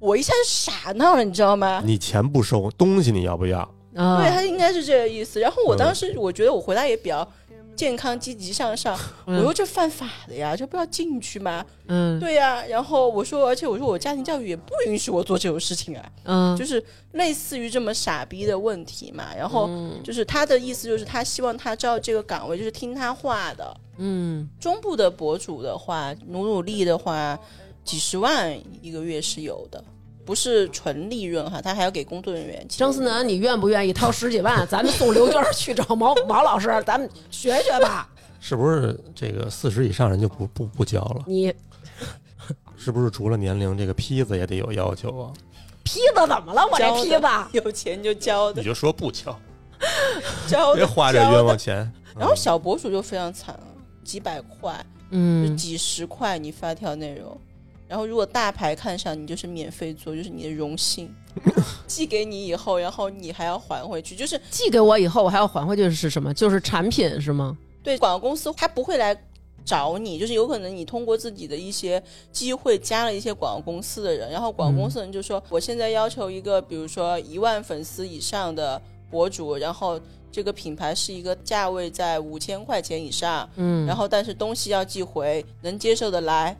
Speaker 2: 我一下就傻那儿了，你知道吗？
Speaker 3: 你钱不收，东西你要不要？
Speaker 1: 啊，
Speaker 2: 对他应该是这个意思。然后我
Speaker 3: 嗯
Speaker 2: 当时我觉得我回答也比较健康、积极向上。
Speaker 1: 嗯
Speaker 2: 我说这犯法的呀，这不要进去吗？
Speaker 1: 嗯
Speaker 2: 对呀、然后我说，而且我说我家庭教育也不允许我做这种事情啊，
Speaker 1: 嗯，
Speaker 2: 就是类似于这么傻逼的问题嘛。然后
Speaker 1: 嗯
Speaker 2: 就是他的意思就是他希望他知道这个岗位就是听他话的，
Speaker 1: 嗯
Speaker 2: 中部的博主的话，努努力的话，几十万一个月是有的，不是纯利润哈，他还要给工作人员。
Speaker 1: 张思南，你愿不愿意掏十几万？咱们送刘娟儿去找 毛毛老师，咱们学学吧。
Speaker 3: 是不是这个四十以上人就不不不交了？
Speaker 1: 你
Speaker 3: 是不是除了年龄，这个坯子也得有要求啊？
Speaker 1: 坯子怎么了？我这
Speaker 2: 交
Speaker 1: 坯
Speaker 2: 的
Speaker 1: 子，
Speaker 2: 有钱就交 的
Speaker 3: 你，就说不交，
Speaker 2: 交的
Speaker 3: 别花这
Speaker 2: 哦交的
Speaker 3: 冤枉钱。
Speaker 2: 然后小博主就非常惨了，几百块，就
Speaker 1: 嗯
Speaker 2: 几十块你发条内容，然后如果大牌看上你，就是免费做，就是你的荣 幸。寄给你以后，然后你还要还回去，就是
Speaker 1: 寄给我以后，我还要还回去是什么？就是产品是吗？
Speaker 2: 对广告公司，他不会来找你，就是有可能你通过自己的一些机会加了一些广告公司的人，然后广
Speaker 1: 嗯
Speaker 2: 告公司的人就说，我现在要求一个，比如说一万粉丝以上的博主，然后这个品牌是一个价位在五千块钱以上，
Speaker 1: 嗯，
Speaker 2: 然后但是东西要寄回，能接受的来，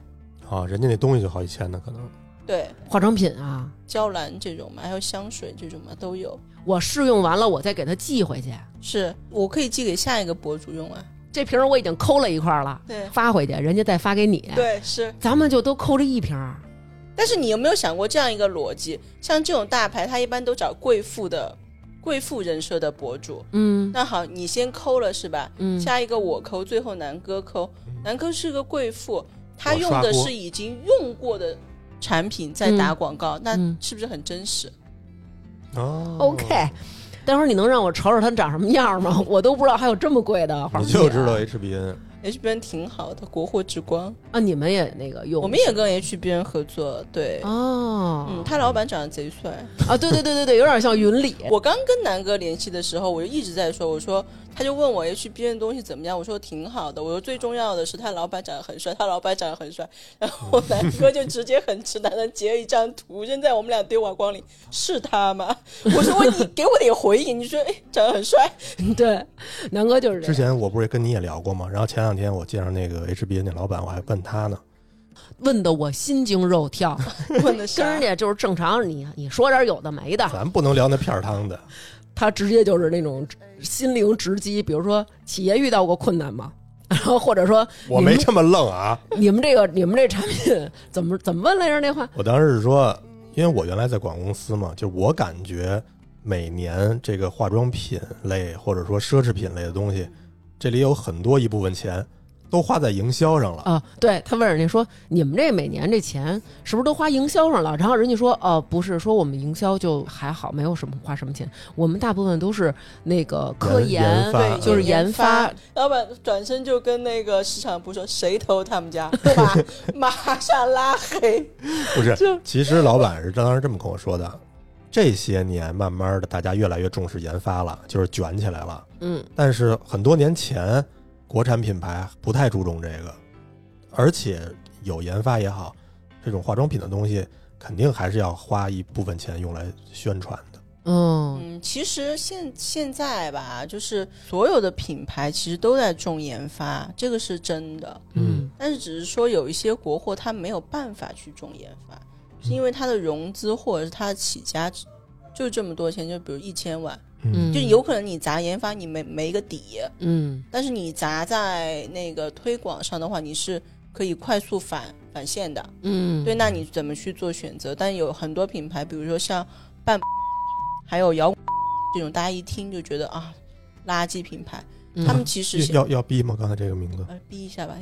Speaker 3: 啊，人家那东西就好几千呢，可能
Speaker 2: 对，
Speaker 1: 化妆品啊，
Speaker 2: 娇兰这种嘛，还有香水这种嘛都有，
Speaker 1: 我试用完了，我再给他寄回去。
Speaker 2: 是我可以寄给下一个博主用啊，
Speaker 1: 这瓶儿我已经抠了一块儿了，
Speaker 2: 对
Speaker 1: 发回去，人家再发给你。，
Speaker 2: 对是。
Speaker 1: 咱们就都抠这一瓶儿。
Speaker 2: 但是你有没有想过这样一个逻辑？像这种大牌，他一般都找贵妇的贵妇人设的博主。
Speaker 1: 嗯
Speaker 2: 那好，你先抠了是吧？
Speaker 1: 嗯
Speaker 2: 下一个我抠，最后南哥抠。南哥是个贵妇，他
Speaker 3: 我
Speaker 2: 用
Speaker 3: 刷
Speaker 2: 的
Speaker 3: 锅
Speaker 2: 是已经用过的产品在打广告，那
Speaker 1: 嗯
Speaker 2: 是不是很真实？
Speaker 3: 哦
Speaker 1: OK，待会儿你能让我瞅瞅它长什么样吗？ 我都不知道还有这么贵的黄
Speaker 4: 你
Speaker 1: 历
Speaker 4: 就知道 HBN，
Speaker 2: HBN 挺好的，国货之光。
Speaker 1: 啊！你们也那个用，
Speaker 2: 我们也跟 HBN 合作，对，
Speaker 1: 哦，
Speaker 2: 嗯，他老板长得贼帅。
Speaker 1: 啊，对对对对对，有点像云 里，
Speaker 2: 我刚跟南哥联系的时候，我就一直在说，我说他就问我哎 HBN 的东西怎么样，我说挺好的，我说最重要的是他老板长得很帅，他老板长得很帅。然后南哥就直接很直男的截了一张图扔在我们俩对话框里，是他吗？我说我你给我点回应，你说哎长得很帅，
Speaker 1: 对，南哥就是这
Speaker 3: 之
Speaker 1: 样。
Speaker 3: 前我不是也跟你也聊过吗？然后前两天我见上那个 HBN 那老板，我还问他呢，
Speaker 1: 问的我心惊肉跳，
Speaker 2: 问的
Speaker 1: 跟
Speaker 2: 啥
Speaker 1: 人？家就是正常，你你说点有的没的，
Speaker 3: 咱不能聊那片儿汤的。
Speaker 1: 他直接就是那种心灵直击，比如说企业遇到过困难吗？ 然后或者说
Speaker 3: 我没这么愣啊，
Speaker 1: 你们这个你们这产品怎么怎么问来着那话？
Speaker 3: 我当时是说，因为我原来在广告公司嘛，就我感觉每年这个化妆品类或者说奢侈品类的东西，这里有很多一部分钱都花在营销上了。
Speaker 1: 啊，对他问人家说你们这每年这钱是不是都花营销上了？然后人家说哦、不是，说我们营销就还好，没有什么花什么钱，我们大部分都是那个科
Speaker 3: 研研发
Speaker 2: 对，
Speaker 1: 就是
Speaker 2: 研
Speaker 1: 研发。
Speaker 2: 老板转身就跟那个市场部说：“谁投他们家？对吧？马上拉黑。”
Speaker 3: 不是，其实老板是当时这么跟我说的。这些年慢慢的，大家越来越重视研发了，就是卷起来了。
Speaker 1: 嗯
Speaker 3: 但是很多年前，国产品牌不太注重这个，而且有研发也好，这种化妆品的东西肯定还是要花一部分钱用来宣传的。
Speaker 1: 嗯
Speaker 2: 嗯，其实现现在吧，就是所有的品牌其实都在重研发，这个是真的。
Speaker 1: 嗯
Speaker 2: 但是只是说有一些国货它没有办法去重研发，是因为它的融资或者是它的起价就这么多钱，就比如一千万，
Speaker 1: 嗯，
Speaker 2: 就有可能你砸研发你没没个底，
Speaker 1: 嗯
Speaker 2: 但是你砸在那个推广上的话，你是可以快速返返现的。
Speaker 1: 嗯
Speaker 2: 对，那你怎么去做选择？但有很多品牌，比如说像半，还有摇滚这种，大家一听就觉得啊，垃圾品牌。
Speaker 1: 嗯
Speaker 2: 他们其实
Speaker 3: 要要逼吗？刚才这个名字，
Speaker 2: 呃逼一下吧，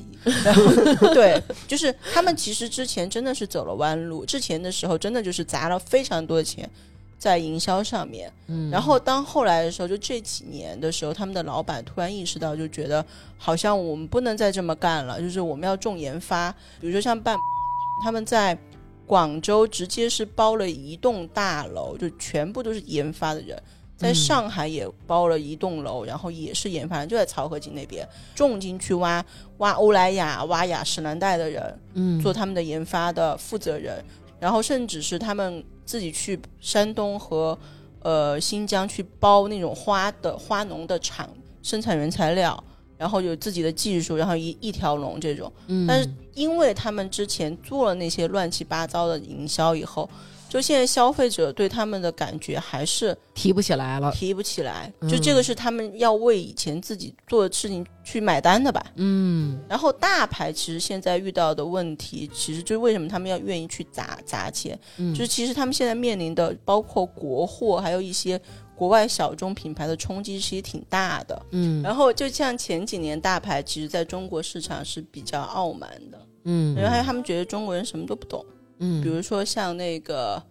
Speaker 2: 对，就是他们其实之前真的是走了弯路，之前的时候真的就是砸了非常多的钱在营销上面，
Speaker 1: 嗯
Speaker 2: 然后当后来的时候，就这几年的时候，他们的老板突然意识到，就觉得好像我们不能再这么干了，就是我们要重研发。比如说像半， 他们在广州直接是包了一栋大楼，就全部都是研发的人。在
Speaker 1: 嗯
Speaker 2: 上海也包了一栋楼，然后也是研发人，就在漕河泾那边，重金去挖挖欧莱雅、挖雅诗兰黛的人，
Speaker 1: 嗯
Speaker 2: 做他们的研发的负责人，然后甚至是他们自己去山东和呃新疆去包那种花的花农的厂，生产原材料，然后有自己的技术，然后一一条龙这种。
Speaker 1: 嗯
Speaker 2: 但是因为他们之前做了那些乱七八糟的营销以后，就现在消费者对他们的感觉还是
Speaker 1: 提不起来了，
Speaker 2: 提不起来，
Speaker 1: 嗯
Speaker 2: 就这个是他们要为以前自己做的事情去买单的吧。
Speaker 1: 嗯
Speaker 2: 然后大牌其实现在遇到的问题，其实就是为什么他们要愿意去砸砸钱，
Speaker 1: 嗯
Speaker 2: 就是其实他们现在面临的，包括国货，还有一些国外小众品牌的冲击，其实挺大的。
Speaker 1: 嗯
Speaker 2: 然后就像前几年大牌，其实在中国市场是比较傲慢的，因为
Speaker 1: 嗯
Speaker 2: 他们觉得中国人什么都不懂，
Speaker 1: 嗯，
Speaker 2: 比如说像那个。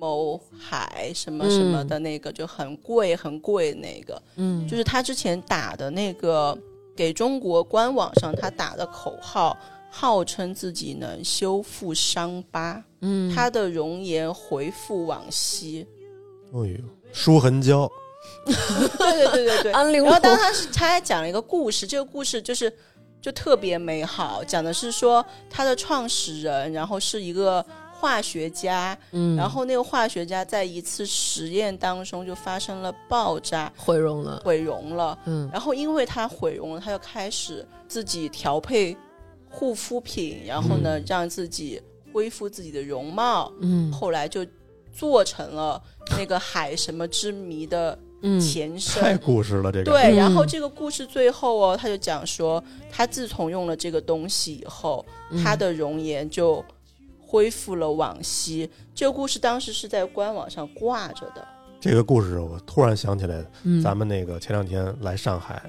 Speaker 2: 某海什么什么的那个就很贵很贵那个，
Speaker 1: 嗯
Speaker 2: 就是他之前打的那个给中国官网上他打的口号，号称自己能修复伤疤，
Speaker 1: 嗯
Speaker 2: 他的容颜回复往昔。
Speaker 3: 哎呦，舒痕胶，
Speaker 2: 对对对对对。
Speaker 1: 安陵
Speaker 2: 然后
Speaker 1: 容
Speaker 2: 当他是他还讲了一个故事，这个故事就是就特别美好，讲的是说他的创始人，然后是一个化学家，
Speaker 1: 嗯
Speaker 2: 然后那个化学家在一次实验当中就发生了爆炸，
Speaker 1: 毁容了，
Speaker 2: 毁容了。
Speaker 1: 嗯
Speaker 2: 然后因为他毁容了，他就开始自己调配护肤品，然后呢，让自己恢复自己的容貌。
Speaker 1: 嗯
Speaker 2: 后来就做成了那个海什么之谜的
Speaker 1: 嗯
Speaker 2: 前身。
Speaker 3: 太故事了，这个
Speaker 2: 对，
Speaker 1: 嗯
Speaker 2: 然后这个故事最后哦，他就讲说，他自从用了这个东西以后，
Speaker 1: 嗯
Speaker 2: 他的容颜就恢复了往昔。这个故事当时是在官网上挂着的，
Speaker 3: 这个故事我突然想起来，
Speaker 1: 嗯，
Speaker 3: 咱们那个前两天来上海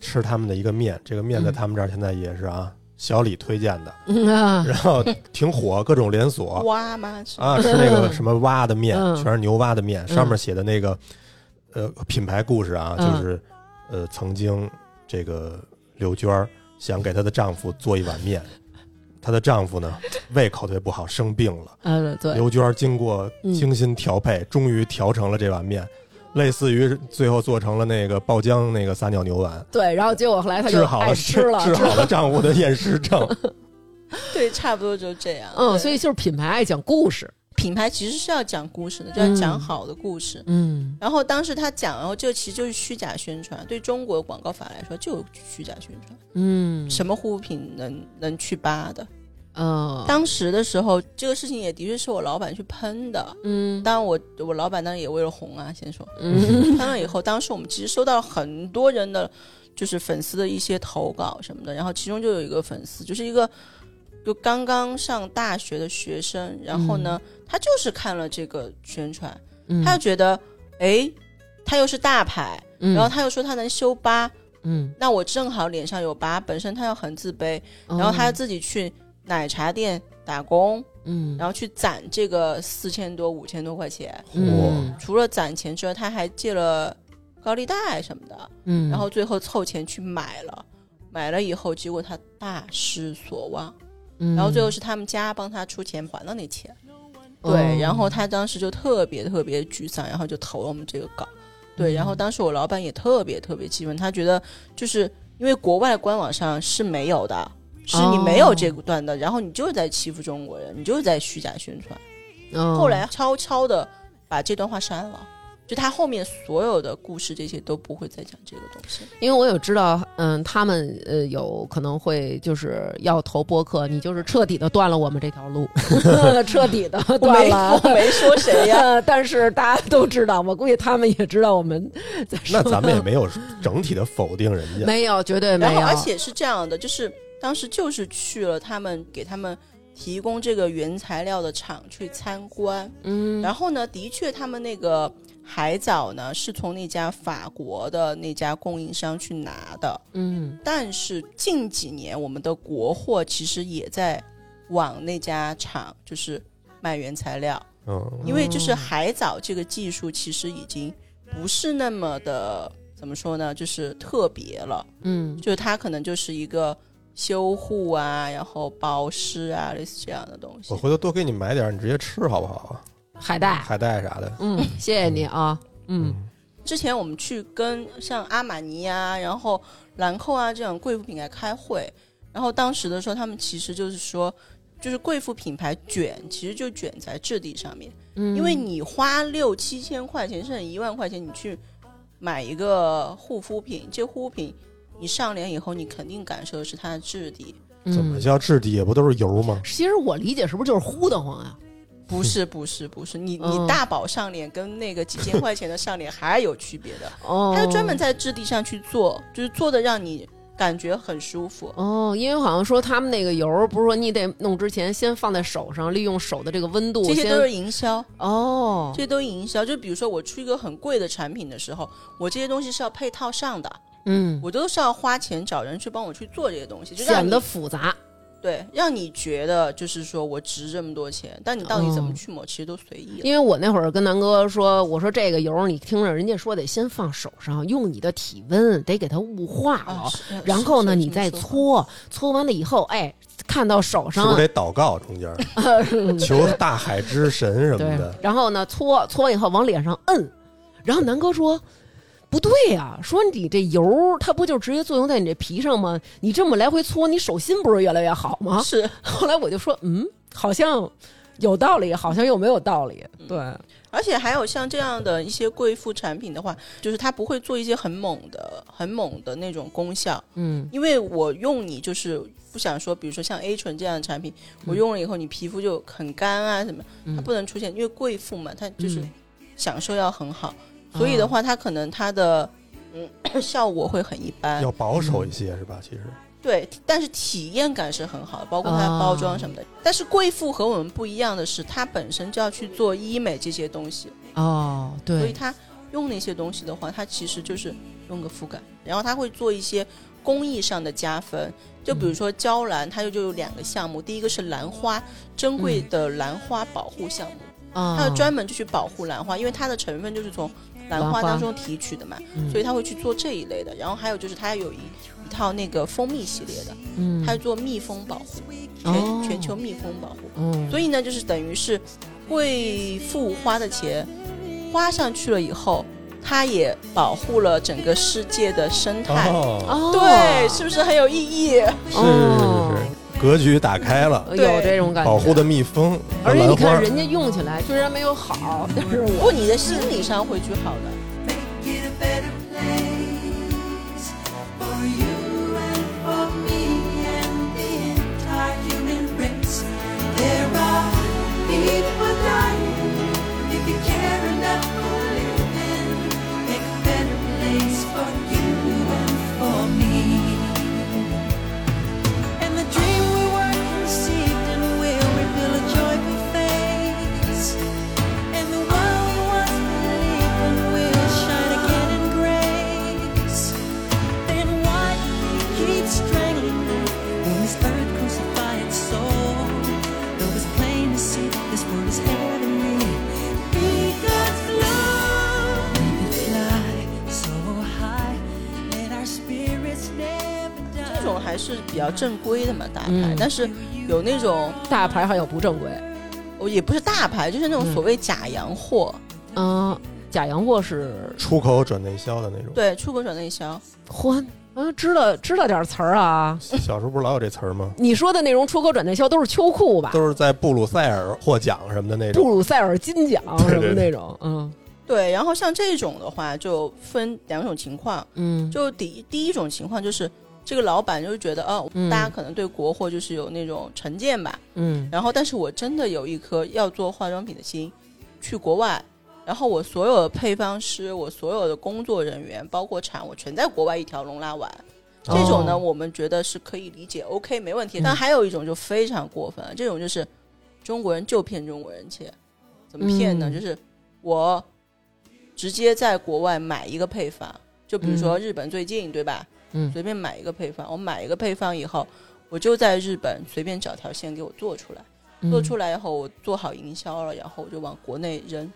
Speaker 3: 吃他们的一个面，这个面在
Speaker 1: 嗯
Speaker 3: 他们这儿现在也是啊，小李推荐的，
Speaker 1: 嗯啊，
Speaker 3: 然后挺火，各种连锁
Speaker 2: 蛙吗？是
Speaker 3: 啊，吃那个什么蛙的面，
Speaker 1: 嗯
Speaker 3: 全是牛蛙的面，
Speaker 1: 嗯
Speaker 3: 上面写的那个呃品牌故事啊，
Speaker 1: 嗯
Speaker 3: 就是呃曾经这个刘娟儿想给她的丈夫做一碗面，她的丈夫呢胃口特别不好，生病了。
Speaker 1: 呃，对，嗯
Speaker 3: 刘娟儿经过精心调配，终于调成了这碗面，类似于最后做成了那个爆浆那个撒尿牛丸，
Speaker 1: 对，然后结果后来他就
Speaker 3: 治好
Speaker 1: 爱
Speaker 3: 了
Speaker 1: 吃了，
Speaker 3: 治好了丈夫的厌食症。
Speaker 2: 对，差不多就这样。
Speaker 1: 嗯，
Speaker 2: 对
Speaker 1: 所以就是品牌爱讲故事，
Speaker 2: 品牌其实是要讲故事的，就要
Speaker 1: 嗯
Speaker 2: 讲好的故事。
Speaker 1: 嗯
Speaker 2: 然后当时他讲，然后这其实就是虚假宣传。对中国广告法来说，就有虚假宣传，
Speaker 1: 嗯，
Speaker 2: 什么护肤品能能去扒的？
Speaker 1: 嗯，
Speaker 2: 当时的时候，这个事情也的确是我老板去喷的。
Speaker 1: 嗯
Speaker 2: 当然我，我老板当然也为了红啊，先说
Speaker 1: 嗯
Speaker 2: 喷了以后，当时我们其实收到了很多人的，就是粉丝的一些投稿什么的。然后其中就有一个粉丝，就是一个就刚刚上大学的学生，然后呢，他就是看了这个宣传，
Speaker 1: 嗯，
Speaker 2: 他就觉得，哎，他又是大牌，
Speaker 1: 嗯
Speaker 2: 然后他又说他能修疤，
Speaker 1: 嗯，
Speaker 2: 那我正好脸上有疤，本身他又很自卑，然后他
Speaker 1: 哦
Speaker 2: 又自己去奶茶店打工，
Speaker 1: 嗯，
Speaker 2: 然后去攒这个四千多、五千多块钱。
Speaker 1: 嗯
Speaker 2: 除了攒钱之外，他还借了高利贷什么的，
Speaker 1: 嗯，
Speaker 2: 然后最后凑钱去买了。买了以后，结果他大失所望，
Speaker 1: 嗯
Speaker 2: 然后最后是他们家帮他出钱还了那钱，
Speaker 1: 哦
Speaker 2: 对，然后他当时就特别特别沮丧，然后就投了我们这个稿，
Speaker 1: 嗯
Speaker 2: 对，然后当时我老板也特别特别气愤，他觉得就是因为国外官网上是没有的，是
Speaker 1: 哦
Speaker 2: 你没有这段的，然后你就是在欺负中国人，你就是在虚假宣传。
Speaker 1: 嗯
Speaker 2: 后来悄悄的把这段话删了，就他后面所有的故事这些都不会再讲这个东西。
Speaker 1: 因为我有知道，嗯，他们呃有可能会就是要投播客，你就是彻底的断了我们这条 路，彻底的断了。
Speaker 2: 我没说谁呀、
Speaker 1: 呃但是大家都知道，我估计他们也知道我们在说
Speaker 3: 那咱们也没有整体的否定人家，
Speaker 1: 没有，绝 对没
Speaker 2: 然
Speaker 1: 有。
Speaker 2: 后而且是这样的，就是当时就是去了他们给他们提供这个原材料的厂去参观，
Speaker 1: 嗯，
Speaker 2: 然后呢，的确他们那个海藻呢是从那家法国的那家供应商去拿的，
Speaker 1: 嗯
Speaker 2: 但是近几年我们的国货其实也在往那家厂就是卖原材料，
Speaker 3: 嗯，
Speaker 2: 因为就是
Speaker 1: 哦
Speaker 2: 海藻这个技术其实已经不是那么的怎么说呢，就是特别了。
Speaker 1: 嗯
Speaker 2: 就是它可能就是一个修护啊，然后保湿啊，类似这样的东西
Speaker 3: 我。回头多给你买点儿，你直接吃好不好啊？
Speaker 1: 海带，
Speaker 3: 海带啥的，
Speaker 1: 嗯，谢谢你啊，嗯
Speaker 2: 之前我们去跟像阿玛尼啊，然后兰蔻啊这种贵妇品牌开会，然后当时的时候，他们其实就是说，就是贵妇品牌卷，其实就卷在质地上面，
Speaker 1: 嗯，
Speaker 2: 因为你花六七千块钱，甚至一万块钱，你去买一个护肤品，这护肤品你上脸以后，你肯定感受的是它的质地，
Speaker 1: 嗯
Speaker 3: 怎么叫质地也不都是油吗？
Speaker 1: 其实我理解是不是就是糊啊得慌呀？
Speaker 2: 不是不是不是，你
Speaker 1: 嗯
Speaker 2: 你大宝上脸跟那个几千块钱的上脸还是有区别的，
Speaker 1: 哦，
Speaker 2: 它就专门在质地上去做，就是做的让你感觉很舒服。
Speaker 1: 哦，因为好像说他们那个油儿，不是说你得弄之前先放在手上，利用手的这个温度
Speaker 2: 这
Speaker 1: 先，
Speaker 2: 些都是营销，
Speaker 1: 哦
Speaker 2: 这，些都是营销。就比如说我出一个很贵的产品的时候，我这些东西是要配套上的，
Speaker 1: 嗯，
Speaker 2: 我都是要花钱找人去帮我去做这些东西，就让
Speaker 1: 显
Speaker 2: 你
Speaker 1: 得复杂，
Speaker 2: 对，让你觉得就是说我值这么多钱，但你到底怎么
Speaker 1: 哦
Speaker 2: 去抹，其实都随意了。
Speaker 1: 因为我那会儿跟南哥说，我说这个油儿你听着，人家说得先放手上，用你的体温得给它雾化了，
Speaker 2: 啊，是
Speaker 1: 然后呢
Speaker 2: 是是
Speaker 1: 你再
Speaker 2: 这么说
Speaker 1: 搓，搓完了以后，哎，看到手
Speaker 3: 是
Speaker 1: 上
Speaker 3: 不是得祷告中间儿 求大海之神什么
Speaker 1: 对
Speaker 3: 的？，
Speaker 1: 然后呢搓搓完以后往脸上摁，然后南哥说。不对呀、说你这油儿它不就直接作用在你这皮上吗？你这么来回搓，你手心不是越来越好吗？
Speaker 2: 是
Speaker 1: 后来我就说，嗯，好像有道理，好像又没有道理。
Speaker 2: 嗯
Speaker 1: 对，
Speaker 2: 而且还有像这样的一些贵妇产品的话，就是它不会做一些很猛的、很猛的那种功效，
Speaker 1: 嗯
Speaker 2: 因为我用你就是不想说，比如说像 A 醇这样的产品，我用了以后你皮肤就很干啊什么，它不能出现，因为贵妇嘛，她就是
Speaker 1: 嗯
Speaker 2: 享受要很好，所以的话，它可能它的嗯 效果会很一般。
Speaker 1: 嗯
Speaker 3: 要保守一些是吧？其实
Speaker 2: 对，但是体验感是很好的，包括它的包装什么的。但是贵妇和我们不一样的是，它本身就要去做医美这些东西，
Speaker 1: 哦，
Speaker 2: 所以
Speaker 1: 对，
Speaker 2: 它用那些东西的话，它其实就是用个肤感，然后它会做一些工艺上的加分。就
Speaker 1: 嗯
Speaker 2: 比如说娇兰，它就就有两个项目，第一个是兰花，珍贵
Speaker 1: 嗯
Speaker 2: 的兰花保护项目，它
Speaker 1: 它
Speaker 2: 就专门就去保护兰花，因为它的成分就是从兰花当中提取的嘛，
Speaker 1: 嗯
Speaker 2: 所以它会去做这一类的。然后还有就是它有一一套那个蜂蜜系列的，
Speaker 1: 嗯，
Speaker 2: 它做蜜蜂保护，全、
Speaker 1: 哦
Speaker 2: 全球蜜蜂保护。
Speaker 1: 嗯，
Speaker 2: 所以呢，就是等于是贵妇花的钱花上去了以后，它也保护了整个世界的生态。
Speaker 3: 哦，
Speaker 1: 哦，
Speaker 2: 对，是不是很有意义？
Speaker 3: 是
Speaker 1: 哦
Speaker 3: 是是，格局打开了，
Speaker 1: 有这种感觉，
Speaker 3: 保护的蜜蜂和
Speaker 1: 而且你
Speaker 3: 兰
Speaker 1: 看
Speaker 3: 花，
Speaker 1: 人家用起来虽然没有好，但是
Speaker 2: 不
Speaker 1: 我
Speaker 2: 过你的心理上会去好的。
Speaker 4: make it a better place for you and for me and the entire human race. There are people dying. If you care enough for living, make a better place for you and for me. And the dream we were conceived in will reveal a joyful face. And the world we once believed in will shine again in grace. Then why keep strangling me when this earth crucify its soul? Though it's plain to see that this world is heavenly. Be God's love. Let it fly so high. Let our spirits never
Speaker 2: 这
Speaker 4: die.
Speaker 2: 种还是比较正规的嘛，大牌。
Speaker 1: 嗯
Speaker 2: 但是有那种，
Speaker 1: 大牌还有不正规，
Speaker 2: 哦也不是大牌，就是那种所谓假洋货，
Speaker 1: 嗯，假洋货是
Speaker 3: 出口转内销的那种。
Speaker 2: 对，出口转内销。
Speaker 1: 欢
Speaker 2: 嗯
Speaker 1: 啊，知道知道点词儿啊。
Speaker 3: 小时候不是老有这词儿吗？
Speaker 1: 你说的那种出口转内销都是秋裤吧？
Speaker 3: 都是在布鲁塞尔获奖什么的那
Speaker 1: 布
Speaker 3: 种。
Speaker 1: 鲁塞尔金奖什
Speaker 3: 对
Speaker 1: 么
Speaker 3: 对对
Speaker 1: 那种，嗯
Speaker 2: 对，然后像这种的话，就分两种情况。
Speaker 1: 嗯，
Speaker 2: 就第一第一种情况就是，这个老板就是觉得，哦，
Speaker 1: 嗯
Speaker 2: 大家可能对国货就是有那种成见吧。
Speaker 1: 嗯
Speaker 2: 然后，但是我真的有一颗要做化妆品的心，去国外，然后我所有的配方师，我所有的工作人员，包括产，我全在国外一条龙拉完。这种呢，
Speaker 1: 哦
Speaker 2: 我们觉得是可以理解，OK，没问题。
Speaker 1: 嗯
Speaker 2: 但还有一种就非常过分，这种就是中国人就骗中国人钱，怎么骗呢？
Speaker 1: 嗯
Speaker 2: 就是我直接在国外买一个配方，就比如说日本最近、对吧？
Speaker 1: 嗯
Speaker 2: 随便买一个配方，我买一个配方以后，我就在日本随便找条线给我做出来，
Speaker 1: 嗯
Speaker 2: 做出来以后我做好营销了，然后我就往国内扔。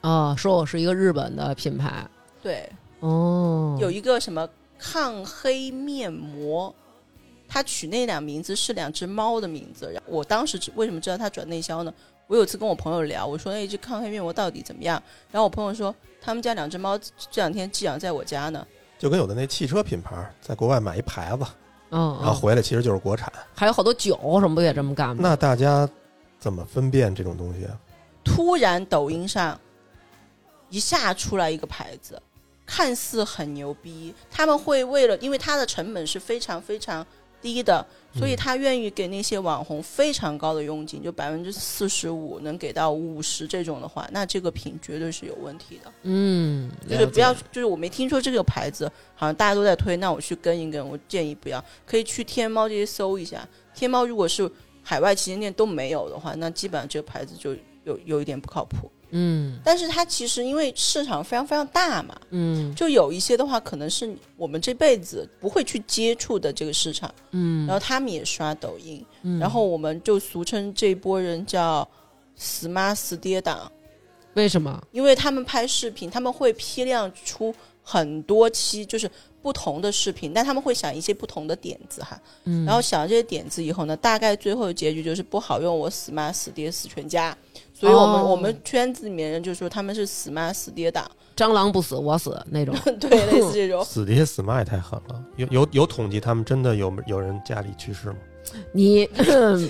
Speaker 1: 啊，说我是一个日本的品牌
Speaker 2: 对，
Speaker 1: 哦，
Speaker 2: 有一个什么抗黑面膜，他取那俩名字是两只猫的名字。然后我当时知为什么知道它转内销呢？我有一次跟我朋友聊，我说那只抗黑面膜到底怎么样？然后我朋友说他们家两只猫这两天寄养在我家呢。
Speaker 3: 就跟有的那汽车品牌在国外买一牌子，
Speaker 1: 嗯，
Speaker 3: 然后
Speaker 1: 嗯
Speaker 3: 回来其实就是国产。
Speaker 1: 还有好多酒什么不也这么干吗？
Speaker 3: 那大家怎么分辨这种东西啊？
Speaker 2: 突然抖音上一下出来一个牌子，看似很牛逼，他们会为了因为它的成本是非常非常低的，
Speaker 1: 嗯
Speaker 2: 所以他愿意给那些网红非常高的佣金，就百分之四十五能给到五十这种的话，那这个品绝对是有问题的。
Speaker 1: 嗯，
Speaker 2: 就是
Speaker 1: 了
Speaker 2: 不要
Speaker 1: 解，
Speaker 2: 就是我没听说这个牌子，好像大家都在推，那我去跟一跟。我建议不要，可以去天猫这些搜一下。天猫如果是海外旗舰店都没有的话，那基本上这个牌子就有有一点不靠谱。
Speaker 1: 嗯
Speaker 2: 但是它其实因为市场非常非常大嘛，
Speaker 1: 嗯
Speaker 2: 就有一些的话，可能是我们这辈子不会去接触的这个市场，然
Speaker 1: 嗯，
Speaker 2: 后他们也刷抖音，
Speaker 1: 嗯
Speaker 2: 然后我们就俗称这波人叫“死妈死爹党
Speaker 1: 为什么”，？
Speaker 2: 因为他们拍视频，他们会批量出很多期，就是不同的视频，但他们会想一些不同的点子哈，
Speaker 1: 嗯，
Speaker 2: 然后想这些点子以后呢，大概最后的结局就是不好用，我死妈死爹死全家，所以我们、
Speaker 1: 哦
Speaker 2: 我们圈子里面人就说他们是“死妈死爹党”。
Speaker 1: 蟑螂不死我死那种，
Speaker 2: 对，类似 这种。
Speaker 3: 死爹死妈也太狠了！有有有统计他们真的有有人家里去世吗？
Speaker 1: 你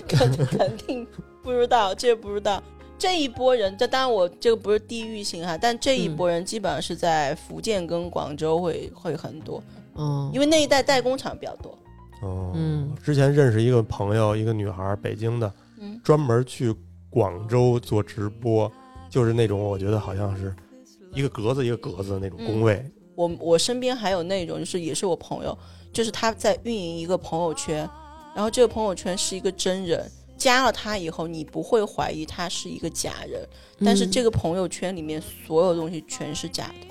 Speaker 2: 肯肯定不知道，这不知道。这一波人，这当然我这个不是地域性哈，但这一波人基本上是在福建跟广州会会很多，
Speaker 1: 嗯，
Speaker 2: 因为那一带代工厂比较多。
Speaker 3: 哦，
Speaker 1: 嗯
Speaker 3: 之前认识一个朋友，一个女孩，北京的，
Speaker 2: 嗯
Speaker 3: 专门去广州做直播，就是那种我觉得好像是一个格子一个格子的那种工位，
Speaker 2: 嗯我我身边还有那种，就是也是我朋友，就是他在运营一个朋友圈，然后这个朋友圈是一个真人，加了他以后，你不会怀疑他是一个假人，但
Speaker 1: 嗯
Speaker 2: 是这个朋友圈里面所有东西全是假的，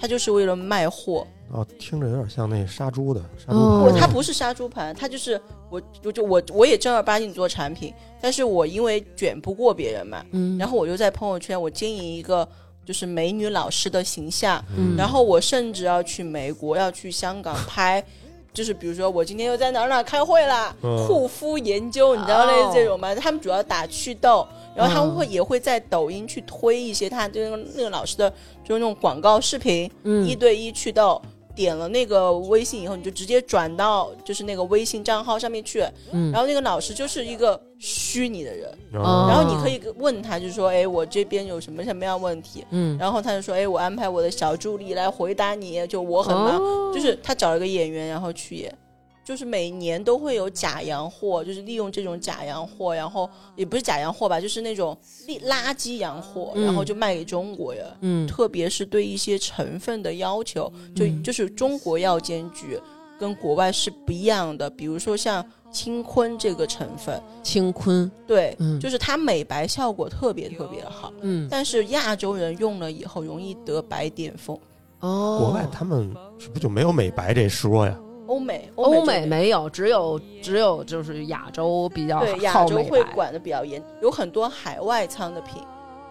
Speaker 2: 他就是为了卖货，
Speaker 3: 哦，听着有点像那杀猪的杀
Speaker 1: 哦
Speaker 3: 猪
Speaker 2: 我
Speaker 3: 盘。
Speaker 2: 他不是杀猪盘，他就是我，我就我我也正儿八经做产品，但是我因为卷不过别人嘛，
Speaker 1: 嗯，
Speaker 2: 然后我就在朋友圈我经营一个就是美女老师的形象，
Speaker 1: 嗯
Speaker 2: 然后我甚至要去美国，要去 香港拍。就是比如说，我今天又在哪儿哪儿开会啦，
Speaker 3: 嗯
Speaker 2: 护肤研究，你知道类似这种
Speaker 1: 哦
Speaker 2: 吗？他们主要打祛痘，然后他
Speaker 1: 嗯
Speaker 2: 们会也会在抖音去推一些他就是那个老师的，就是那种广告视频，
Speaker 1: 嗯
Speaker 2: 一对一祛痘。点了那个微信以后，你就直接转到就是那个微信账号上面去，
Speaker 1: 嗯
Speaker 2: 然后那个老师就是一个虚拟的人，
Speaker 3: 嗯
Speaker 1: 哦
Speaker 2: 然后你可以问他，就说，哎，我这边有什么什么样问题，
Speaker 1: 嗯，
Speaker 2: 然后他就说，哎，我安排我的小助理来回答你，就我很忙，
Speaker 1: 哦
Speaker 2: 就是他找了个演员，然后去演，就是每年都会有假洋货，就是利用这种假洋货，然后也不是假洋货吧，就是那种垃垃圾洋货，
Speaker 1: 嗯
Speaker 2: 然后就卖给中国人。
Speaker 1: 嗯
Speaker 2: 特别是对一些成分的要求，就
Speaker 1: 嗯
Speaker 2: 就是中国药监局跟国外是不一样的。比如说像青坤这个成分，
Speaker 1: 青坤，
Speaker 2: 对，
Speaker 1: 嗯
Speaker 2: 就是它美白效果特别特别的好，
Speaker 1: 嗯
Speaker 2: 但是亚洲人用了以后容易得白癜风。
Speaker 1: 哦，
Speaker 3: 国外他们是不是就没有美白这说呀？
Speaker 2: 欧美，
Speaker 1: 欧
Speaker 2: 美
Speaker 1: 美
Speaker 2: 就
Speaker 1: 没有，只有只有就是亚洲比较
Speaker 2: 对亚
Speaker 1: 好
Speaker 2: 洲
Speaker 1: 美
Speaker 2: 会
Speaker 1: 白，
Speaker 2: 管的比较严，有很多海外仓的品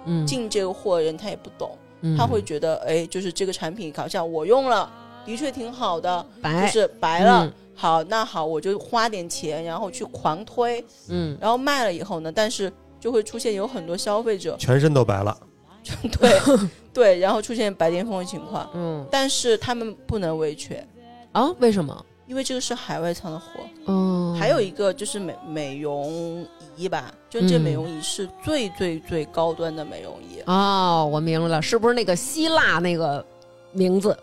Speaker 1: 嗯，
Speaker 2: 进这个货的人他也不懂，
Speaker 1: 嗯
Speaker 2: 他会觉得哎，就是这个产品好像我用了，的确挺好的，就
Speaker 1: 白，
Speaker 2: 是白了。
Speaker 1: 哎嗯
Speaker 2: 好，那好，我就花点钱，然后去狂推，
Speaker 1: 嗯，
Speaker 2: 然后卖了以后呢，但是就会出现有很多消 费者，
Speaker 3: 全身都白了，
Speaker 2: 对对，然后出现白癜风的情况，
Speaker 1: 嗯
Speaker 2: 但是他们不能维权，
Speaker 1: 啊，为什么？
Speaker 2: 因为这个是海外仓的货。
Speaker 1: 嗯，
Speaker 2: 还有一个就是美美容仪吧，真正美容仪是最最最高端的美容仪。
Speaker 1: 哦，我明白了，是不是那个希腊那个名字？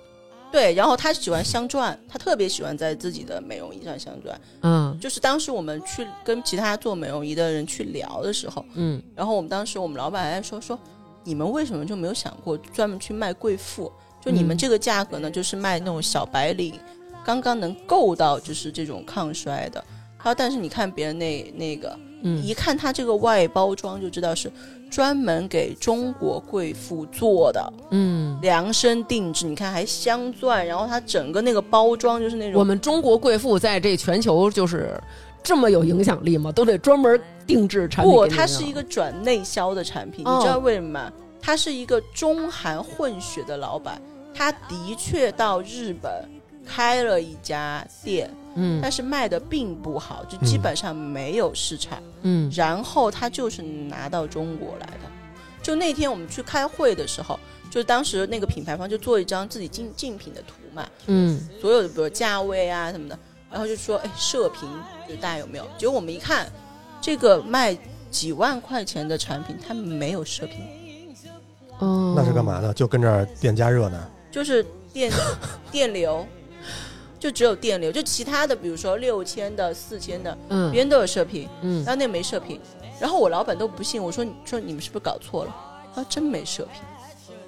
Speaker 2: 对，然后他喜欢镶钻，他特别喜欢在自己的美容仪上镶钻。
Speaker 1: 嗯
Speaker 2: 就是当时我们去跟其他做美容仪的人去聊的时候，
Speaker 1: 嗯，
Speaker 2: 然后我们当时我们老板还说说，你们为什么就没有想过专门去卖贵妇？就你
Speaker 1: 嗯
Speaker 2: 们这个价格呢，就是卖那种小白领，刚刚能够到就是这种抗衰的。他说，但是你看别人那那个，
Speaker 1: 嗯
Speaker 2: 一看他这个外包装就知道是专门给中国贵妇做的，
Speaker 1: 嗯，
Speaker 2: 量身定制。你看还镶钻，然后它整个那个包装就是那
Speaker 1: 我
Speaker 2: 种，
Speaker 1: 们中国贵妇在这全球就是这么有影响力吗？都得专门定制产品给
Speaker 2: 不，
Speaker 1: 你
Speaker 2: 它
Speaker 1: 弄
Speaker 2: 是一个转内销的产品。
Speaker 1: 哦
Speaker 2: 你知道为什么吗？他是一个中韩混血的老板，他的确到日本开了一家店，
Speaker 1: 嗯
Speaker 2: 但是卖的并不好，就基本上没有市场。
Speaker 1: 嗯
Speaker 2: 然后他就是拿到中国来的。就那天我们去开会的时候，就当时那个品牌方就做一张自己竞竞品的图嘛，
Speaker 1: 嗯
Speaker 2: 所有的比如价位啊什么的，然后就说哎射频，就大家有没有？结果我们一看，这个卖几万块钱的产品，它没有射频，
Speaker 1: 哦，
Speaker 3: 那是干嘛？的？就跟这儿店加热呢。
Speaker 2: 就是电 电流，就只有电流，就其他的比如说六千的、四千的，
Speaker 1: 嗯
Speaker 2: 别人都有射频，
Speaker 1: 嗯
Speaker 2: 然后那没射频，然后我老板都不信，我说你说你们是不是搞错了？他说真没射频，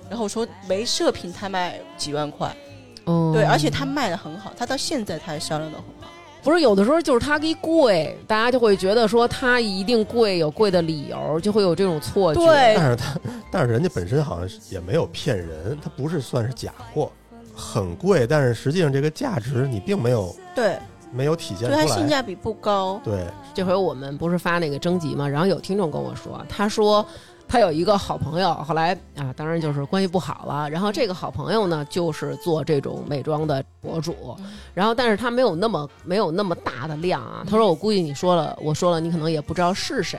Speaker 2: 然后我说没射频他卖几万块，
Speaker 1: 哦
Speaker 2: 对，而且他卖的很好，他到现在他还销量都很好，
Speaker 1: 不是有的时候就是它一贵，大家就会觉得说它一定贵，有贵的理由，就会有这种错觉。，嗯
Speaker 2: 对
Speaker 3: 但是他，但是人家本身好像是也没有骗人，他不是算是假货，很贵，但是实际上这个价值你并没有
Speaker 2: 对，
Speaker 3: 没有体现
Speaker 2: 就
Speaker 3: 出
Speaker 2: 它性
Speaker 3: 来。
Speaker 2: 价比不高，
Speaker 3: 对，
Speaker 1: 这回我们不是发那个征集嘛，然后有听众跟我说，他说他有一个好朋友，后来啊，当然就是关系不好了。然后这个好朋友呢，就是做这种美妆的博主，然后但是他没有那么没有那么大的量啊。他说我估计你说了，我说了，你可能也不知道是谁。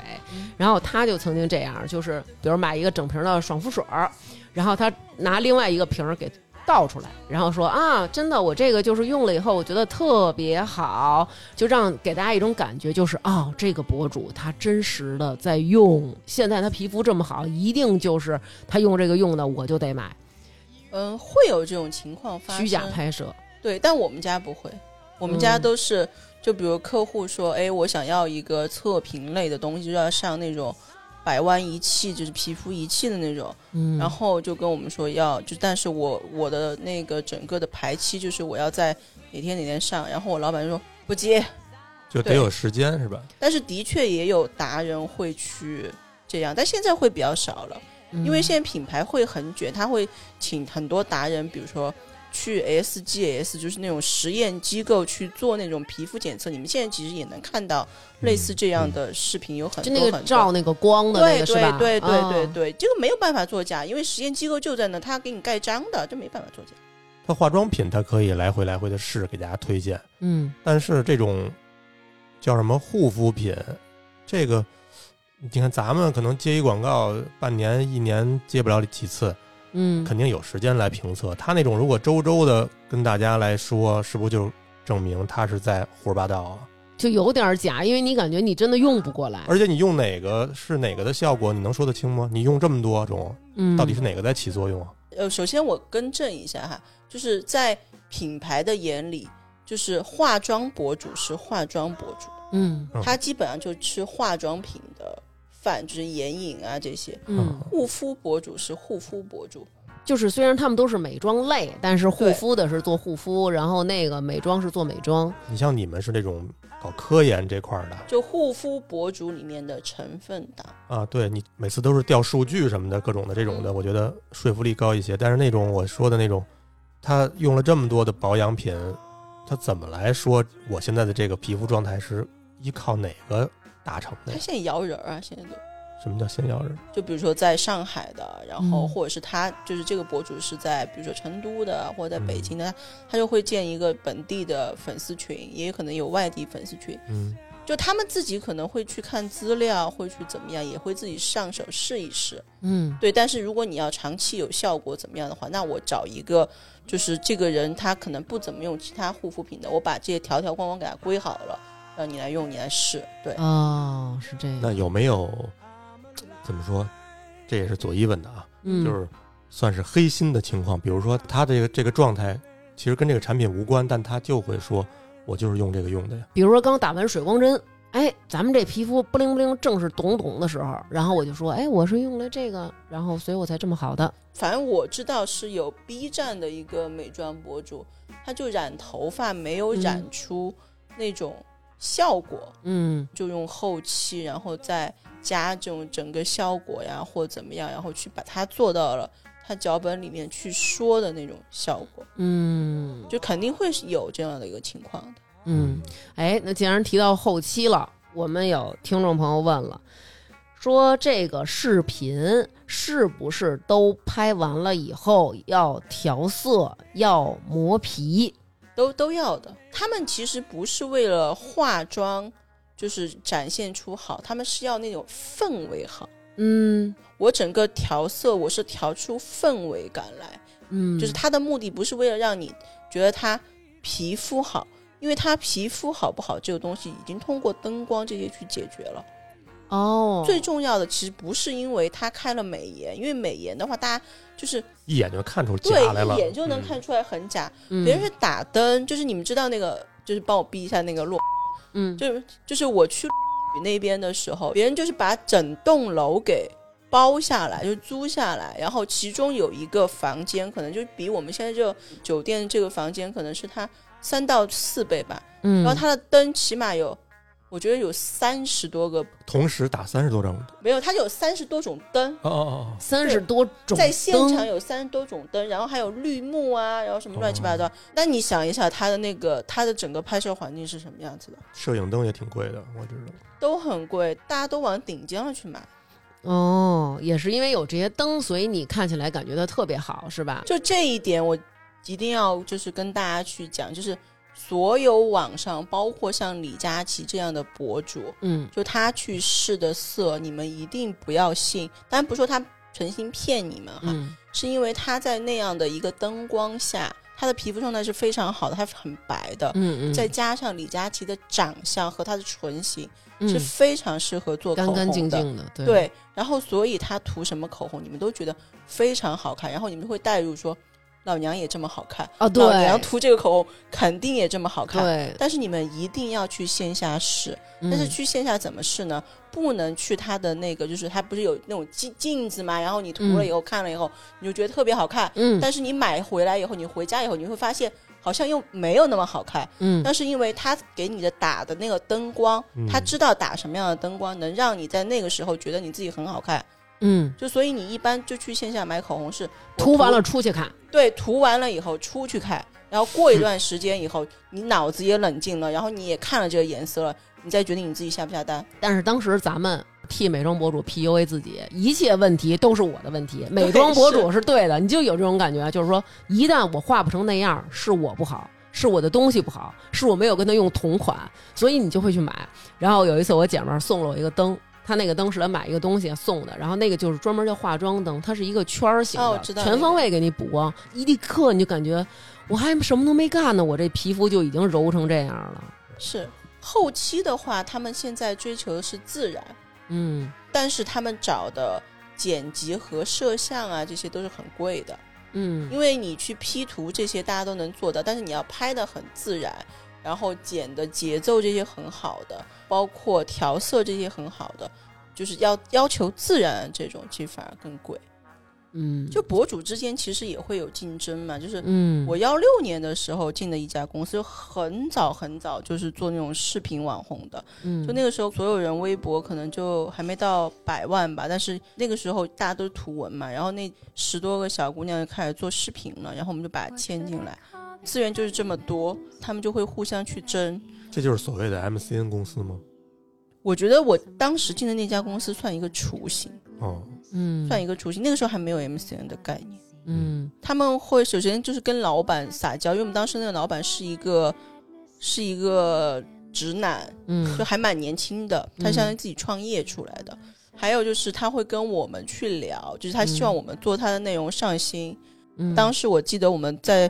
Speaker 1: 然后他就曾经这样，就是比如买一个整瓶的爽肤水儿，然后他拿另外一个瓶儿给。倒出来，然后说啊，真的，我这个就是用了以后，我觉得特别好，就让给大家一种感觉，就是哦，这个博主他真实的在用，现在他皮肤这么好，一定就是他用这个用的，我就得买。
Speaker 2: 嗯，会有这种情况发生，
Speaker 1: 虚假拍摄，
Speaker 2: 对，但我们家不会，我们家
Speaker 1: 嗯
Speaker 2: 都是、就比如客户说，哎，我想要一个测评类的东西，就要上那种百万仪器，就是皮肤仪器的那种，
Speaker 1: 嗯，
Speaker 2: 然后就跟我们说要就，但是我我的那个整个的排期就是我要在哪天哪天上，然后我老板就说不接，
Speaker 3: 就得有时间是吧？
Speaker 2: 但是的确也有达人会去这样，但现在会比较少了，
Speaker 1: 嗯
Speaker 2: 因为现在品牌会很卷，他会请很多达人，比如说去 SGS，就是那种实验机构去做那种皮肤检测。你们现在其实也能看到类似这样的视频，有很
Speaker 1: 嗯就
Speaker 2: 多
Speaker 1: 那
Speaker 2: 很
Speaker 1: 个
Speaker 2: 多。
Speaker 1: 照那个光的那
Speaker 2: 对
Speaker 1: 个是
Speaker 2: 对
Speaker 1: 吧？
Speaker 2: 对对
Speaker 1: 啊
Speaker 2: 对对，这个没有办法作假，因为实验机构就在那，他给你盖章的，这没办法作假。
Speaker 3: 它化妆品它可以来回来回的试，给大家推荐。
Speaker 1: 嗯，
Speaker 3: 但是这种叫什么护肤品，这个你看咱们可能接一广告，半年一年接不了几次，
Speaker 1: 嗯
Speaker 3: 肯定有时间来评测。他那种如果周周的跟大家来说，是不是就证明他是在胡说八道啊？
Speaker 1: 就有点假，因为你感觉你真的用不过来。
Speaker 3: 而且你用哪个是哪个的效果，你能说得清吗？你用这么多种，
Speaker 1: 嗯，
Speaker 3: 到底是哪个在起作用啊？
Speaker 2: 呃，首先我更正一下哈，就是在品牌的眼里，就是化妆博主是化妆博主，
Speaker 1: 嗯
Speaker 3: 嗯
Speaker 2: 他基本上就吃化妆品的饭，就是眼影啊这些。
Speaker 1: 嗯，
Speaker 2: 护肤博主是护肤博主，
Speaker 1: 就是虽然他们都是美妆类，但是护
Speaker 2: 对
Speaker 1: 肤的是做护肤，然后那个美妆是做美妆。
Speaker 3: 你像你们是那种搞科研这块儿的
Speaker 2: 就护肤博主里面的成分党。
Speaker 3: 啊，对你每次都是调数据什么的，各种的这种的，我觉得说服力高一些。但是那种我说的那种，他用了这么多的保养品，他怎么来说我现在的这个皮肤状态是依靠哪个达成
Speaker 2: 他
Speaker 3: 的呀？
Speaker 2: 现在摇人儿啊，现在都
Speaker 3: 什么叫先要人？
Speaker 2: 就比如说在上海的，然后
Speaker 1: 嗯
Speaker 2: 或者是他就是这个博主是在比如说成都的或者在北
Speaker 3: 嗯
Speaker 2: 京的，他就会建一个本地的粉丝群，也有可能有外地粉丝群。
Speaker 3: 嗯，
Speaker 2: 就他们自己可能会去看资料，会去怎么样，也会自己上手试一试。
Speaker 1: 嗯
Speaker 2: 对，但是如果你要长期有效果怎么样的话，那我找一个就是这个人他可能不怎么用其他护肤品的，我把这些条条框框给他归好了，让你来用，你来试。对，
Speaker 1: 哦，是这样。
Speaker 3: 那有没有怎么说？这也是左一问的啊，
Speaker 1: 嗯，
Speaker 3: 就是算是黑心的情况。比如说他这个这个状态其实跟这个产品无关，但他就会说我就是用这个用的呀。
Speaker 1: 比如说刚打完水光针，哎，咱们这皮肤不灵不灵，正是懂懂的时候，然后我就说，哎，我是用了这个，然后所以我才这么好的。
Speaker 2: 反正我知道是有 B 站的一个美妆博主，他就染头发没有染
Speaker 1: 嗯
Speaker 2: 出那种效果，
Speaker 1: 嗯
Speaker 2: 就用后期，然后再加这种整个效果呀，或怎么样，然后去把它做到了它脚本里面去说的那种效果，
Speaker 1: 嗯
Speaker 2: 就肯定会是有这样的一个情况的。
Speaker 1: 嗯，哎，那既然提到后期了，我们有听众朋友问了，说这个视频是不是都拍完了以后要调色、要磨皮？
Speaker 2: 都都要的。他们其实不是为了化妆，就是展现出好，他们是要那种氛围好。
Speaker 1: 嗯
Speaker 2: 我整个调色，我是调出氛围感来，
Speaker 1: 嗯，
Speaker 2: 就是它的目的不是为了让你觉得它皮肤好，因为它皮肤好不好这个东西已经通过灯光这些去解决了。
Speaker 1: 哦，
Speaker 2: 最重要的其实不是因为他开了美颜，因为美颜的话，大家就是
Speaker 3: 一眼就看出假
Speaker 2: 对
Speaker 3: 来了，
Speaker 2: 一眼就能
Speaker 3: 嗯
Speaker 2: 看出来很假。
Speaker 1: 嗯
Speaker 2: 别人是打灯，就是你们知道那个，就是帮我逼一下那个落，
Speaker 1: 嗯
Speaker 2: 就是就是我去那边的时候，别人就是把整栋楼给包下来，就是租下来，然后其中有一个房间，可能就比我们现在这个酒店这个房间可能是它三到四倍吧，
Speaker 1: 嗯，
Speaker 2: 然后它的灯起码有，我觉得有三十多个，
Speaker 3: 同时打三十多张。
Speaker 2: 没有，它有三十多种灯。
Speaker 3: 哦哦
Speaker 1: 三十多种
Speaker 2: 在现场
Speaker 1: 灯
Speaker 2: 有三十多种灯，然后还有绿幕啊，然后什么乱七八糟。
Speaker 1: 哦
Speaker 2: 那你想一下，它的那个它的整个拍摄环境是什么样子的
Speaker 3: 哦，？摄影灯也挺贵的，我知道。
Speaker 2: 都很贵，大家都往顶尖上去买。
Speaker 1: 哦，也是因为有这些灯，所以你看起来感觉它特别好，是吧？
Speaker 2: 就这一点，我一定要就是跟大家去讲，就是所有网上，包括像李佳琦这样的博主，
Speaker 1: 嗯
Speaker 2: 就他去试的色，你们一定不要信。当然不是说他诚心骗你们哈，
Speaker 1: 嗯
Speaker 2: 是因为他在那样的一个灯光下，他的皮肤状态是非常好的，他是很白的。
Speaker 1: 嗯嗯，
Speaker 2: 再加上李佳琦的长相和他的唇形、是
Speaker 1: 嗯
Speaker 2: 非常适合做口
Speaker 1: 干
Speaker 2: 红的，
Speaker 1: 干净净的，对
Speaker 2: 对，然后所以他涂什么口红，你们都觉得非常好看，然后你们会带入说，老娘也这么好看，
Speaker 1: 啊，
Speaker 2: 老娘
Speaker 1: 对
Speaker 2: 涂这个口红肯定也这么好看。
Speaker 1: 对，嗯
Speaker 2: 但是你们一定要去线下试，
Speaker 1: 但
Speaker 2: 但是去线下怎么试呢？不能去它的那个，就是它不是有那种镜镜子嘛，然后你涂了以后、看了以后，你就觉得特别好看。
Speaker 1: 嗯
Speaker 2: 但是你买回来以后，你回家以后，你会发现好像又没有那么好看。
Speaker 1: 嗯
Speaker 2: 但是因为它给你的打的那个灯光，
Speaker 3: 嗯
Speaker 2: 他知道打什么样的灯光能让你在那个时候觉得你自己很好看。
Speaker 1: 嗯，
Speaker 2: 就所以你一般就去线下买口红是我
Speaker 1: 涂完了出去看，
Speaker 2: 对，涂完了以后出去看，然后过一段时间以后，你脑子也冷静了，然后你也看了这个颜色了，你再决定你自己下不下单。
Speaker 1: 但是当时咱们。替美妆博主 PUA 自己，一切问题都是我的问题。美妆博主是对的，你就有这种感觉，就是说，一旦我画不成那样，是我不好，是我的东西不好，是我没有跟他用同款，所以你就会去买。然后有一次，我姐们儿送了我一个灯，她那个灯是她买一个东西送的，然后那个就是专门叫化妆灯，它是一个圈儿型的，
Speaker 2: 哦我知道
Speaker 1: 全方位给你补光，一立刻你就感觉我还什么都没干呢，我这皮肤就已经揉成这样了。
Speaker 2: 是后期的话，他们现在追求的是自然，
Speaker 1: 嗯
Speaker 2: 但是他们找的剪辑和摄像啊，这些都是很贵的，
Speaker 1: 嗯
Speaker 2: 因为你去 P 图这些大家都能做到，但是你要拍的很自然。然后剪的节奏这些很好的，包括调色这些很好的，就是要要求自然这种，其实反而更贵。
Speaker 1: 嗯，
Speaker 2: 就博主之间其实也会有竞争嘛，就是
Speaker 1: 嗯
Speaker 2: 我幺六年的时候进的一家公司，就很早很早就是做那种视频网红的，
Speaker 1: 嗯
Speaker 2: 就那个时候所有人微博可能就还没到百万吧，但是那个时候大家都是图文嘛，然后那十多个小姑娘就开始做视频了，然后我们就把它牵进来，资源就是这么多，他们就会互相去争。
Speaker 3: 这就是所谓的 MCN 公司吗？
Speaker 2: 我觉得我当时进的那家公司算一个雏形，
Speaker 3: 哦，
Speaker 1: 嗯
Speaker 2: 算一个雏形，那个时候还没有 MCN 的概念。
Speaker 1: 嗯
Speaker 2: 他们会首先就是跟老板撒娇，因为我们当时那个老板是一个是一个直男，
Speaker 1: 嗯
Speaker 2: 就还蛮年轻的，他
Speaker 1: 嗯
Speaker 2: 相当于自己创业出来的。还有就是他会跟我们去聊，就是他希望
Speaker 1: 嗯
Speaker 2: 我们做他的内容上新。
Speaker 1: 嗯
Speaker 2: 当时我记得我们在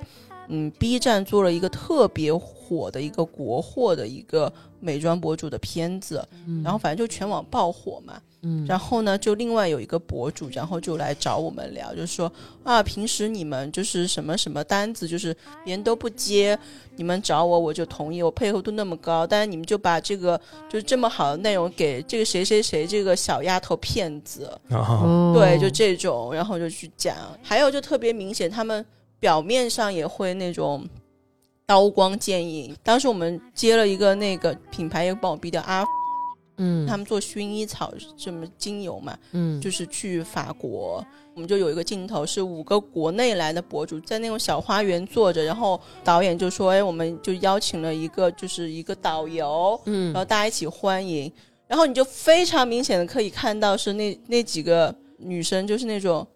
Speaker 2: 嗯 B 站做了一个特别火的一个国货的一个美妆博主的片子，
Speaker 1: 嗯
Speaker 2: 然后反正就全网爆火嘛。
Speaker 1: 嗯
Speaker 2: 然后呢，就另外有一个博主，然后就来找我们聊，就说啊，平时你们就是什么什么单子，就是别人都不接，你们找我我就同意，我配合度那么高，但是你们就把这个就是这么好的内容给这个谁谁谁这个小丫头骗子，
Speaker 3: 啊，
Speaker 1: 后
Speaker 2: 对，就这种，然后就去讲。还有就特别明显，他们表面上也会那种。刀光剑影。当时我们接了一个那个品牌，也帮我逼掉阿，
Speaker 1: 嗯
Speaker 2: 他们做薰衣草什么精油嘛，
Speaker 1: 嗯
Speaker 2: 就是去法国，我们就有一个镜头是五个国内来的博主在那种小花园坐着，然后导演就说：“哎，我们就邀请了一个就是一个导游，
Speaker 1: 嗯
Speaker 2: 然后大家一起欢迎。”然后你就非常明显的可以看到是那那几个女生就是那种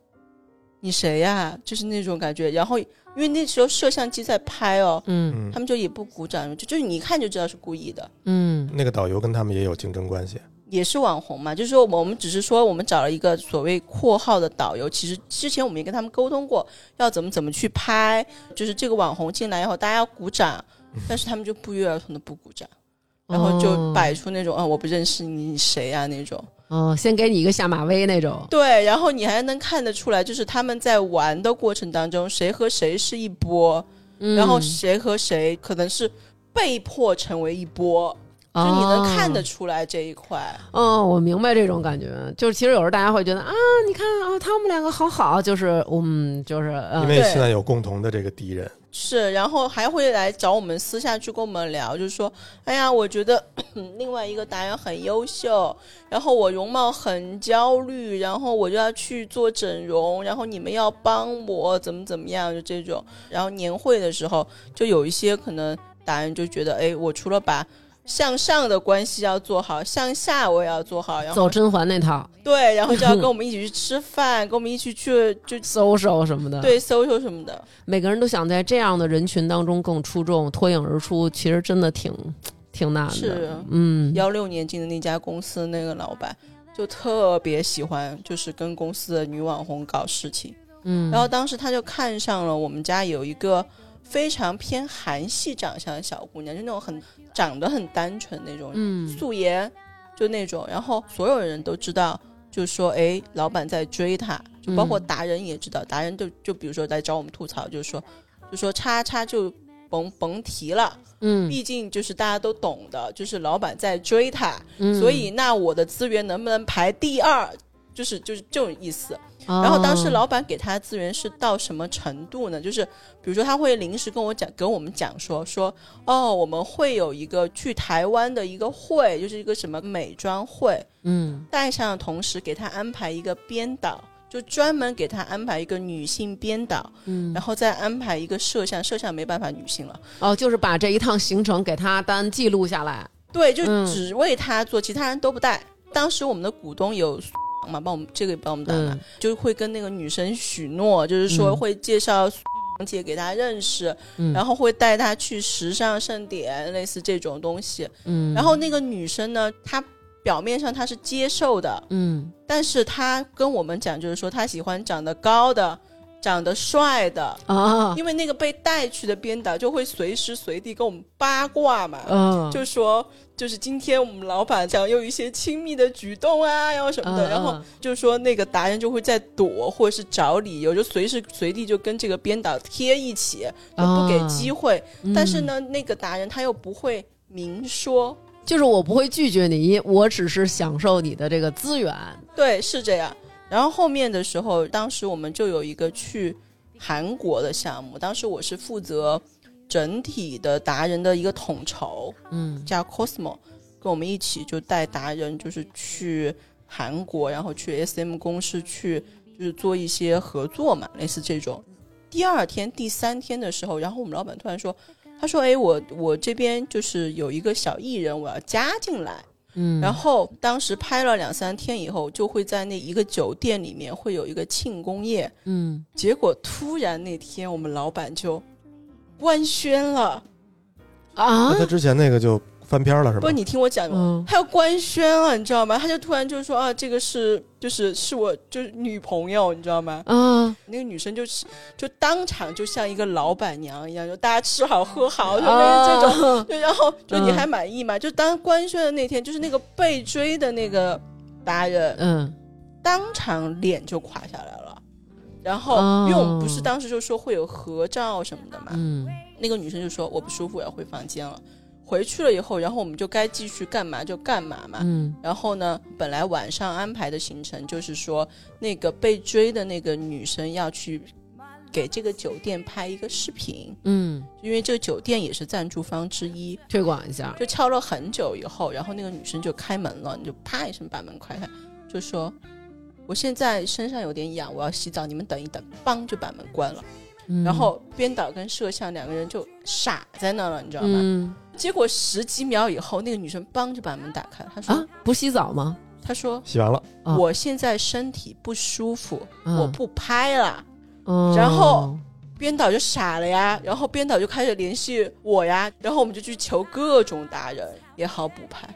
Speaker 2: 你谁呀、就是那种感觉。然后因为那时候摄像机在拍哦，
Speaker 1: 嗯
Speaker 3: 嗯
Speaker 2: 他，们就也不鼓掌，就就是你一看就知道是故意的。
Speaker 1: 嗯
Speaker 3: 那个导游跟他们也有竞争关系。
Speaker 2: 也是网红嘛，就是说我们只是说我们找了一个所谓括号的导游，其实之前我们也跟他们沟通过，要怎么怎么去拍，就是这个网红进来以后大家要鼓掌，
Speaker 1: 嗯
Speaker 2: 但是他们就不约而同的不鼓掌，然后就摆出那种啊、我不认识你，你谁啊那种。
Speaker 1: 哦，哦先给你一个下马威那种，
Speaker 2: 对，然后你还能看得出来，就是他们在玩的过程当中，谁和谁是一波，
Speaker 1: 嗯
Speaker 2: 然后谁和谁可能是被迫成为一波，就你能看得
Speaker 1: 哦
Speaker 2: 出来这一块。
Speaker 1: 嗯，我明白这种感觉，就是其实有时候大家会觉得啊，你看啊，他们两个好好，就是嗯，就是
Speaker 3: 因
Speaker 1: 嗯
Speaker 3: 为
Speaker 2: 啊对啊
Speaker 3: 现在有共同的这个敌人，
Speaker 2: 是，然后还会来找我们私下去跟我们聊，就是说，哎呀，我觉得 另外一个达人很优秀，然后我容貌很焦虑，然后我就要去做整容，然后你们要帮我怎么怎么样，就这种。然后年会的时候，就有一些可能达人就觉得，哎，我除了把向上的关系要做好，向下我也要做好，然
Speaker 1: 走
Speaker 2: 后
Speaker 1: 甄嬛那套
Speaker 2: 对，然后就要跟我们一起去吃饭，跟我们一起去就
Speaker 1: social 什么的，，
Speaker 2: 对 social 什么的。
Speaker 1: 每个人都想在这样的人群当中更出众，脱颖而出，其实真的挺挺难的，
Speaker 2: 是
Speaker 1: 嗯，
Speaker 2: 幺六年进的那家公司那个老板，就特别喜欢就是跟公司的女网红搞事情。
Speaker 1: 嗯，
Speaker 2: 然后当时他就看上了我们家有一个非常偏韩系长相的小姑娘，就那种很长得很单纯那种，
Speaker 1: 嗯
Speaker 2: 素颜就那种。然后所有人都知道，就说哎，老板在追她，就包括
Speaker 1: 嗯
Speaker 2: 达人也知道，达人就就比如说来找我们吐槽，就是说就说叉叉就甭甭提了，
Speaker 1: 嗯，
Speaker 2: 毕竟就是大家都懂的，就是老板在追他，
Speaker 1: 嗯
Speaker 2: 所以那我的资源能不能排第二？就是就是这种意思，
Speaker 1: 哦
Speaker 2: 然后当时老板给他资源是到什么程度呢？就是比如说他会临时跟我讲，给我们讲说说哦，我们会有一个去台湾的一个会，就是一个什么美妆会，
Speaker 1: 嗯
Speaker 2: 带上的同时给他安排一个编导，就专门给他安排一个女性编导，
Speaker 1: 嗯
Speaker 2: 然后再安排一个摄像，摄像没办法女性了，
Speaker 1: 哦，就是把这一趟行程给他单记录下来，
Speaker 2: 对，就
Speaker 1: 嗯
Speaker 2: 只为他做，其他人都不带。当时我们的股东有。嘛，帮我们这个也帮我们打嘛，
Speaker 1: 嗯
Speaker 2: 就会跟那个女生许诺，就是说
Speaker 1: 嗯
Speaker 2: 会介绍姐给她认识，
Speaker 1: 嗯
Speaker 2: 然后会带她去时尚盛典，类似这种东西。
Speaker 1: 嗯，
Speaker 2: 然后那个女生呢，她表面上她是接受的，
Speaker 1: 嗯
Speaker 2: 但是她跟我们讲，就是说她喜欢长得高的、长得帅的，
Speaker 1: 啊
Speaker 2: 因为那个被带去的编导就会随时随地跟我们八卦嘛。
Speaker 1: 嗯，
Speaker 2: 就说，就是今天我们老板想用一些亲密的举动啊，然后什么的，
Speaker 1: 嗯
Speaker 2: 然后
Speaker 1: 嗯
Speaker 2: 就说那个达人就会在躲或者是找理由，就随时随地就跟这个编导贴一起，就不
Speaker 1: 啊
Speaker 2: 给机会。但是呢，那个达人他又不会明说，
Speaker 1: 就是我不会拒绝你，我只是享受你的这个资源。
Speaker 2: 对，是这样。然后后面的时候，当时我们就有一个去韩国的项目，当时我是负责整体的达人的一个统筹，
Speaker 1: 嗯
Speaker 2: 叫 Cosmo，跟我们一起就带达人，就是去韩国，然后去 SM 公司去，就是做一些合作嘛，类似这种。第二天、第三天的时候，然后我们老板突然说，他说：“哎，我我这边就是有一个小艺人，我要加进来。”
Speaker 1: 嗯，
Speaker 2: 然后当时拍了两三天以后，就会在那一个酒店里面会有一个庆功宴。
Speaker 1: 嗯
Speaker 2: 结果突然那天我们老板就官宣了，
Speaker 1: 啊
Speaker 3: 那，他之前那个就翻篇了是
Speaker 2: 不
Speaker 3: 吧
Speaker 2: 是？你听我讲，
Speaker 1: 嗯
Speaker 2: 他要官宣了，你知道吗？他就突然就说啊，这个是就是是我就是女朋友，你知道吗？
Speaker 1: 啊
Speaker 2: 那个女生就是就当场就像一个老板娘一样，就大家吃好喝好，就类似这种。
Speaker 1: 啊，
Speaker 2: 对，然后就你
Speaker 1: 嗯
Speaker 2: 还满意吗？就当官宣的那天，就是那个被追的那个达人，
Speaker 1: 嗯
Speaker 2: 当场脸就垮下来了。然后，
Speaker 1: 哦
Speaker 2: 因为我们不是当时就说会有合照什么的嘛，
Speaker 1: 嗯
Speaker 2: 那个女生就说我不舒服，我要回房间了。回去了以后，然后我们就该继续干嘛就干嘛嘛。
Speaker 1: 嗯
Speaker 2: 然后呢，本来晚上安排的行程就是说，那个被追的那个女生要去给这个酒店拍一个视频，
Speaker 1: 嗯，
Speaker 2: 因为这个酒店也是赞助方之一。
Speaker 1: 推广一下，
Speaker 2: 就敲了很久以后，然后那个女生就开门了，你就啪一声把门开开，就说：“我现在身上有点痒，我要洗澡，你们等一等。”梆就把门关了，
Speaker 1: 嗯
Speaker 2: 然后编导跟摄像两个人就傻在那了，你知道吗？
Speaker 1: 嗯
Speaker 2: 结果十几秒以后，那个女生梆就把门打开了，她说
Speaker 1: 啊，不洗澡吗？：“
Speaker 2: 她说
Speaker 3: 洗完了，
Speaker 1: 啊
Speaker 2: 我现在身体不舒服，
Speaker 1: 嗯
Speaker 2: 我不拍了。”
Speaker 1: 嗯
Speaker 2: 然后编导就傻了呀，然后编导就开始联系我呀，然后我们就去求各种达人也好补拍，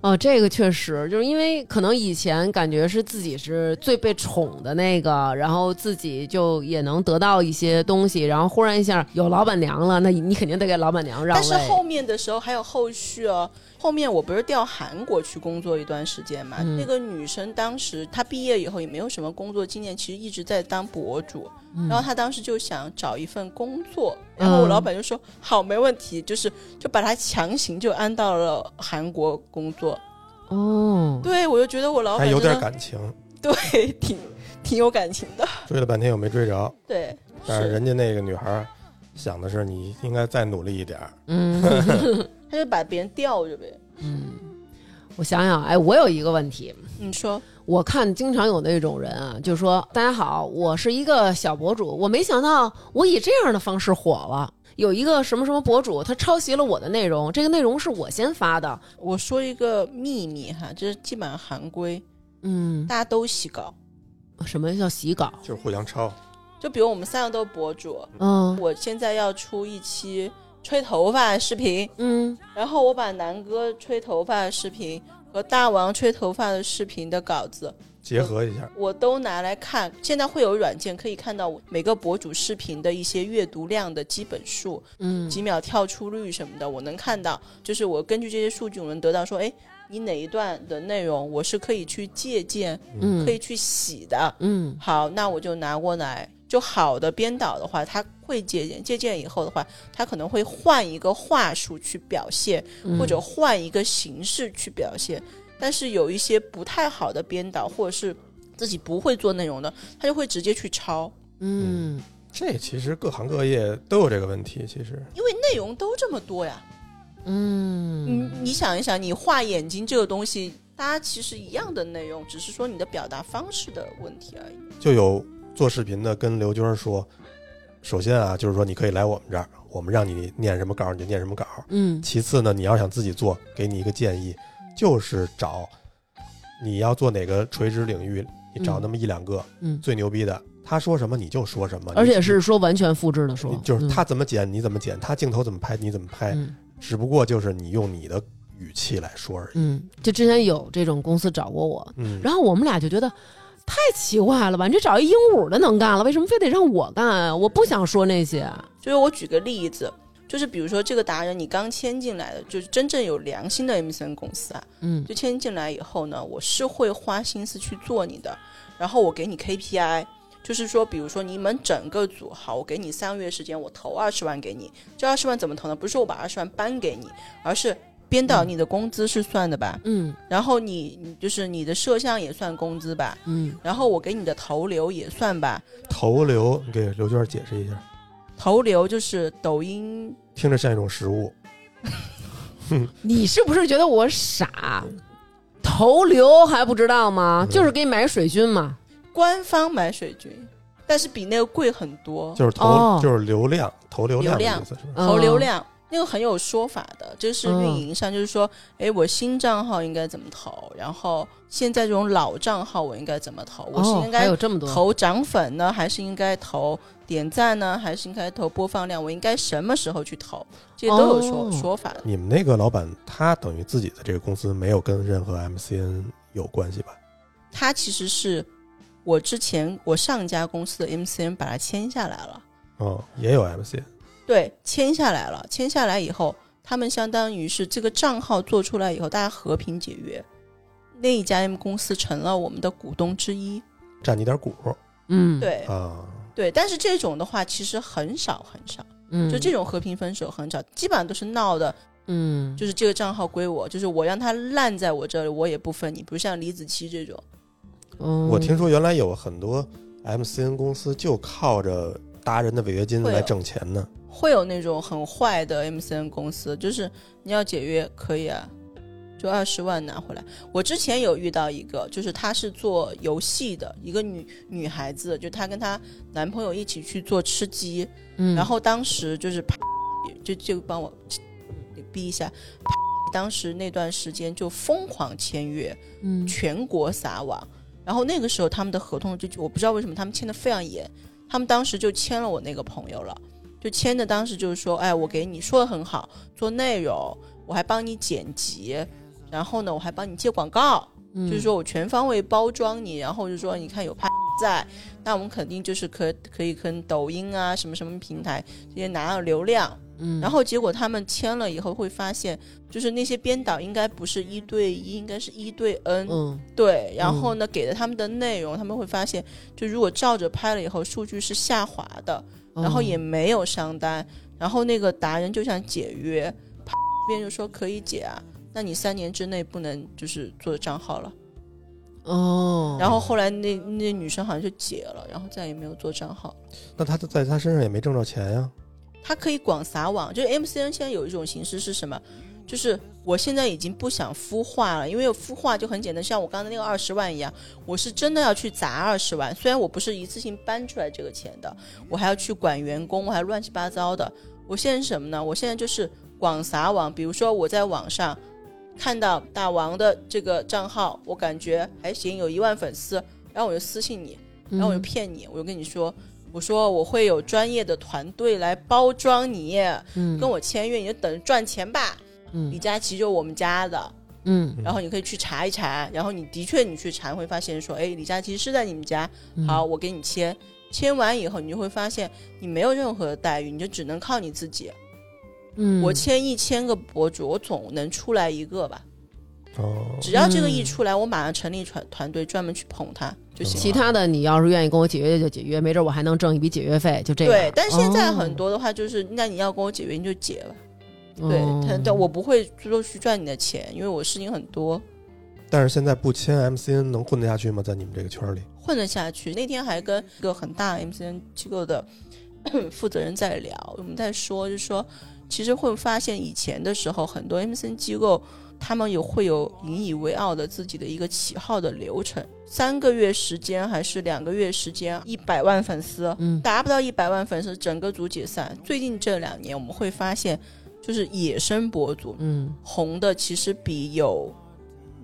Speaker 1: 哦，这个确实就是因为可能以前感觉是自己是最被宠的那个，然后自己就也能得到一些东西，然后忽然一下有老板娘了，那你肯定得给老板娘让
Speaker 2: 但
Speaker 1: 位。
Speaker 2: 是后面的时候还有后续哦，后面我不是调韩国去工作一段时间嘛？
Speaker 1: 嗯
Speaker 2: 那个女生当时她毕业以后也没有什么工作经验，其实一直在当博主。然后她当时就想找一份工作，然后我
Speaker 1: 嗯
Speaker 2: 老板就说、好，没问题，就是就把她强行就安到了韩国工作。
Speaker 1: 哦，
Speaker 2: 对我就觉得我老
Speaker 3: 还
Speaker 2: 板
Speaker 3: 有
Speaker 2: 真
Speaker 3: 点
Speaker 2: 的
Speaker 3: 感情，
Speaker 2: 对，挺 挺有感情的。
Speaker 3: 追了半天又没追着，
Speaker 2: 对，
Speaker 3: 但是
Speaker 2: 是
Speaker 3: 人家那个女孩儿想的是你应该再努力一点儿。
Speaker 1: 嗯
Speaker 2: 她就把别人吊着呗。
Speaker 1: 嗯，我想想，哎，我有一个问题，
Speaker 2: 你说
Speaker 1: 我看经常有那种人啊，就说：“大家好，我是一个小博主，我没想到我以这样的方式火了。有一个什么什么博主，他抄袭了我的内容，这个内容是我先发的。
Speaker 2: 我说一个秘密哈，这是基本上韩规，
Speaker 1: 嗯，
Speaker 2: 大家都洗稿。
Speaker 1: 什么叫洗稿？
Speaker 3: 就是互相抄，
Speaker 2: 就比如我们三个都是博主，
Speaker 1: 嗯
Speaker 2: 我现在要出一期吹头发视频，
Speaker 1: 嗯
Speaker 2: 然后我把南哥吹头发视频和大王吹头发的视频的稿子，
Speaker 3: 结合一下。
Speaker 2: 我都拿来看。现在会有软件可以看到每个博主视频的一些阅读量的基本数，
Speaker 1: 嗯
Speaker 2: 几秒跳出率什么的，我能看到。就是我根据这些数据，我能得到说，哎，你哪一段的内容我是可以去借鉴、
Speaker 1: 嗯，
Speaker 2: 可以，去洗的。
Speaker 1: 嗯
Speaker 2: 好，那我就拿过来。就好的编导的话，他会借鉴，借鉴以后的话，他可能会换一个话术去表现，
Speaker 1: 嗯，
Speaker 2: 或者换一个形式去表现。但是有一些不太好的编导，或者是自己不会做内容的，他就会直接去抄，
Speaker 1: 嗯，
Speaker 3: 这其实各行各业都有这个问题。其实，
Speaker 2: 因为内容都这么多呀。
Speaker 1: 嗯
Speaker 2: 你你想一想，你画眼睛这个东西，大家其实一样的内容，只是说你的表达方式的问题而已。
Speaker 3: 就有做视频的跟刘娟说，首先啊，就是说你可以来我们这儿，我们让你念什么稿你就念什么稿。
Speaker 1: 嗯
Speaker 3: 其次呢，你要想自己做，给你一个建议，就是找你要做哪个垂直领域，你找那么一两个、
Speaker 1: 嗯，
Speaker 3: 最牛逼的，他说什么你就说什么，
Speaker 1: 而且是说完全复制的
Speaker 3: 你。
Speaker 1: 说
Speaker 3: 你，就是他怎么剪你怎么剪，他镜头怎么拍你怎么拍，
Speaker 1: 嗯，
Speaker 3: 只不过就是你用你的语气来说而已。
Speaker 1: 嗯，嗯，就之前有这种公司找过我，
Speaker 3: 嗯，
Speaker 1: 然后我们俩就觉得太奇怪了吧，你这找一鹦鹉的能干了，为什么非得让我干啊？我不想说那些，
Speaker 2: 就是我举个例子，就是比如说这个达人，你刚签进来的，就是真正有良心的 MCN 公司啊，
Speaker 1: 嗯
Speaker 2: 就签进来以后呢，我是会花心思去做你的，然后我给你 KPI。就是说，比如说你们整个组好，我给你三个月时间，我投二十万给你。这二十万怎么投呢？不是说我把二十万搬给你，而是编导你的工资是算的吧？
Speaker 1: 嗯
Speaker 2: 然后你你就是你的摄像也算工资吧？
Speaker 1: 嗯，
Speaker 2: 然后我给你的投流也算吧？
Speaker 3: 头流，你给刘娟解释一下，
Speaker 2: 投流就是抖音
Speaker 3: 听着像一种食物，
Speaker 1: 你是不是觉得我傻？头流还不知道吗？
Speaker 3: 嗯
Speaker 1: 就是给你买水军嘛。
Speaker 2: 官方买水军，但是比那个贵很多，
Speaker 3: 就是头、
Speaker 1: 哦
Speaker 3: 就是流量，头流量的
Speaker 2: 流量
Speaker 3: 意思是吧？
Speaker 1: 嗯
Speaker 2: 投流量。那个很有说法的，就是
Speaker 1: 嗯
Speaker 2: 运营上，就是说，哎，我新账号应该怎么投？然后现在这种老账号我应该怎么投？我是
Speaker 1: 哦
Speaker 2: 应
Speaker 1: 还
Speaker 2: 该
Speaker 1: 有这么多
Speaker 2: 投涨粉呢，还是应该投点赞呢，还是应该投播放量？我应该什么时候去投？这些都有说、
Speaker 1: 哦
Speaker 2: 说法的。
Speaker 3: 你们那个老板他等于自己的这个公司没有跟任何 MCN 有关系吧？
Speaker 2: 他其实是我之前我上一家公司的 MCN 把它签下来了，
Speaker 3: 哦，也有 MCN，
Speaker 2: 对，签下来了。签下来以后，他们相当于是这个账号做出来以后，大家和平解约，那一家 M 公司成了我们的股东之一。
Speaker 3: 占你点股
Speaker 1: 嗯，，
Speaker 2: 对
Speaker 3: 啊。
Speaker 2: 对，但是这种的话其实很少很少，
Speaker 1: 嗯，
Speaker 2: 就这种和平分手很少，基本上都是闹的，
Speaker 1: 嗯，
Speaker 2: 就是这个账号归我，就是我让他烂在我这里，我也不分你。比如像李子柒这种，
Speaker 1: 嗯
Speaker 3: 我听说原来有很多 MCN 公司就靠着达人的违约金
Speaker 2: 会有
Speaker 3: 来挣钱呢。
Speaker 2: 会有那种很坏的 MCN 公司，就是你要解约可以啊，就二十万拿回来。我之前有遇到一个，就是她是做游戏的一个女女孩子，就她跟她男朋友一起去做吃鸡，
Speaker 1: 嗯，
Speaker 2: 然后当时就是啪，就就帮我逼一下，啪当时那段时间就疯狂签约，
Speaker 1: 嗯
Speaker 2: 全国撒网。然后那个时候他们的合同就我不知道为什么他们签的非常严，他们当时就签了我那个朋友了，就签的当时就是说，哎，我给你说的很好，做内容，我还帮你剪辑，然后呢，我还帮你接广告，
Speaker 1: 嗯
Speaker 2: 就是说我全方位包装你，然后就说你看有拍在，那我们肯定就是可可以跟抖音啊什么什么平台这些拿到流量，
Speaker 1: 嗯，
Speaker 2: 然后结果他们签了以后会发现，就是那些编导应该不是一对一，应该是一对 N，、
Speaker 1: 嗯
Speaker 2: 对，然后呢，给了他们的内容，他们会发现，就如果照着拍了以后，数据是下滑的，
Speaker 1: 嗯，
Speaker 2: 然后也没有上单，然后那个达人就想解约，啪这边就说可以解啊，那你三年之内不能就是做账号了。
Speaker 1: 哦，
Speaker 2: 然后后来那那女生好像就解了，然后再也没有做账号。
Speaker 3: 那他在他身上也没挣着钱呀、
Speaker 2: 它可以广撒网，就是 MCN 现在有一种形式是什么？就是我现在已经不想孵化了，因为孵化就很简单，像我刚才那个二十万一样，我是真的要去砸二十万。虽然我不是一次性搬出来这个钱的，我还要去管员工，我还乱七八糟的。我现在是什么呢？我现在就是广撒网，比如说我在网上看到大王的这个账号，我感觉还行，有一万粉丝，然后我就私信你，然
Speaker 1: 嗯
Speaker 2: 后我就骗你，我就跟你说，我说我会有专业的团队来包装你，
Speaker 1: 嗯
Speaker 2: 跟我签约，你就等着赚钱吧。李
Speaker 1: 嗯
Speaker 2: 佳琦就是我们家的，
Speaker 1: 嗯
Speaker 2: 然后你可以去查一查，然后你的确你去查会发现说，哎，李佳琦是在你们家，
Speaker 1: 嗯
Speaker 2: 好，我给你签，签完以后你就会发现你没有任何的待遇，你就只能靠你自己。
Speaker 1: 嗯
Speaker 2: 我签一千个博主，我总能出来一个吧？
Speaker 3: 哦，
Speaker 2: 只要
Speaker 1: 嗯
Speaker 2: 这个一出来，我马上成立团团队专门去捧它就行了。
Speaker 1: 其他的你要是愿意跟我解约就解约，没准我还能挣一笔解约费，就这样。
Speaker 2: 对，但现在很
Speaker 1: 哦
Speaker 2: 多的话就是，那你要跟我解约你就解吧。对，但
Speaker 1: 嗯
Speaker 2: 但我不会说去赚你的钱，因为我事情很多，
Speaker 3: 但是现在不签 MCN 能混得下去吗？在你们这个圈里，
Speaker 2: 混得下去。那天还跟一个很大 MCN 机构的 负责人在聊，我们在说，就是说，其实会发现以前的时候，很多 MCN 机构他们有会有引以为傲的自己的一个起号的流程，三个月时间还是两个月时间，一百万粉丝，
Speaker 1: 嗯
Speaker 2: 达不到一百万粉丝，整个组解散。最近这两年，我们会发现，就是野生博主
Speaker 1: 嗯
Speaker 2: 红的，其实比有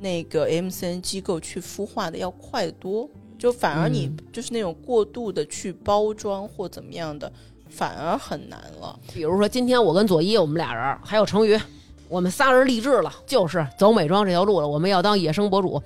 Speaker 2: 那个 MCN 机构去孵化的要快得多。就反而你
Speaker 1: 嗯
Speaker 2: 就是那种过度的去包装或怎么样的，反而很难了。
Speaker 1: 比如说今天我跟左一，我们俩人儿还有成宇，我们仨人立志了，就是走美妆这条路了，我们要当野生博主。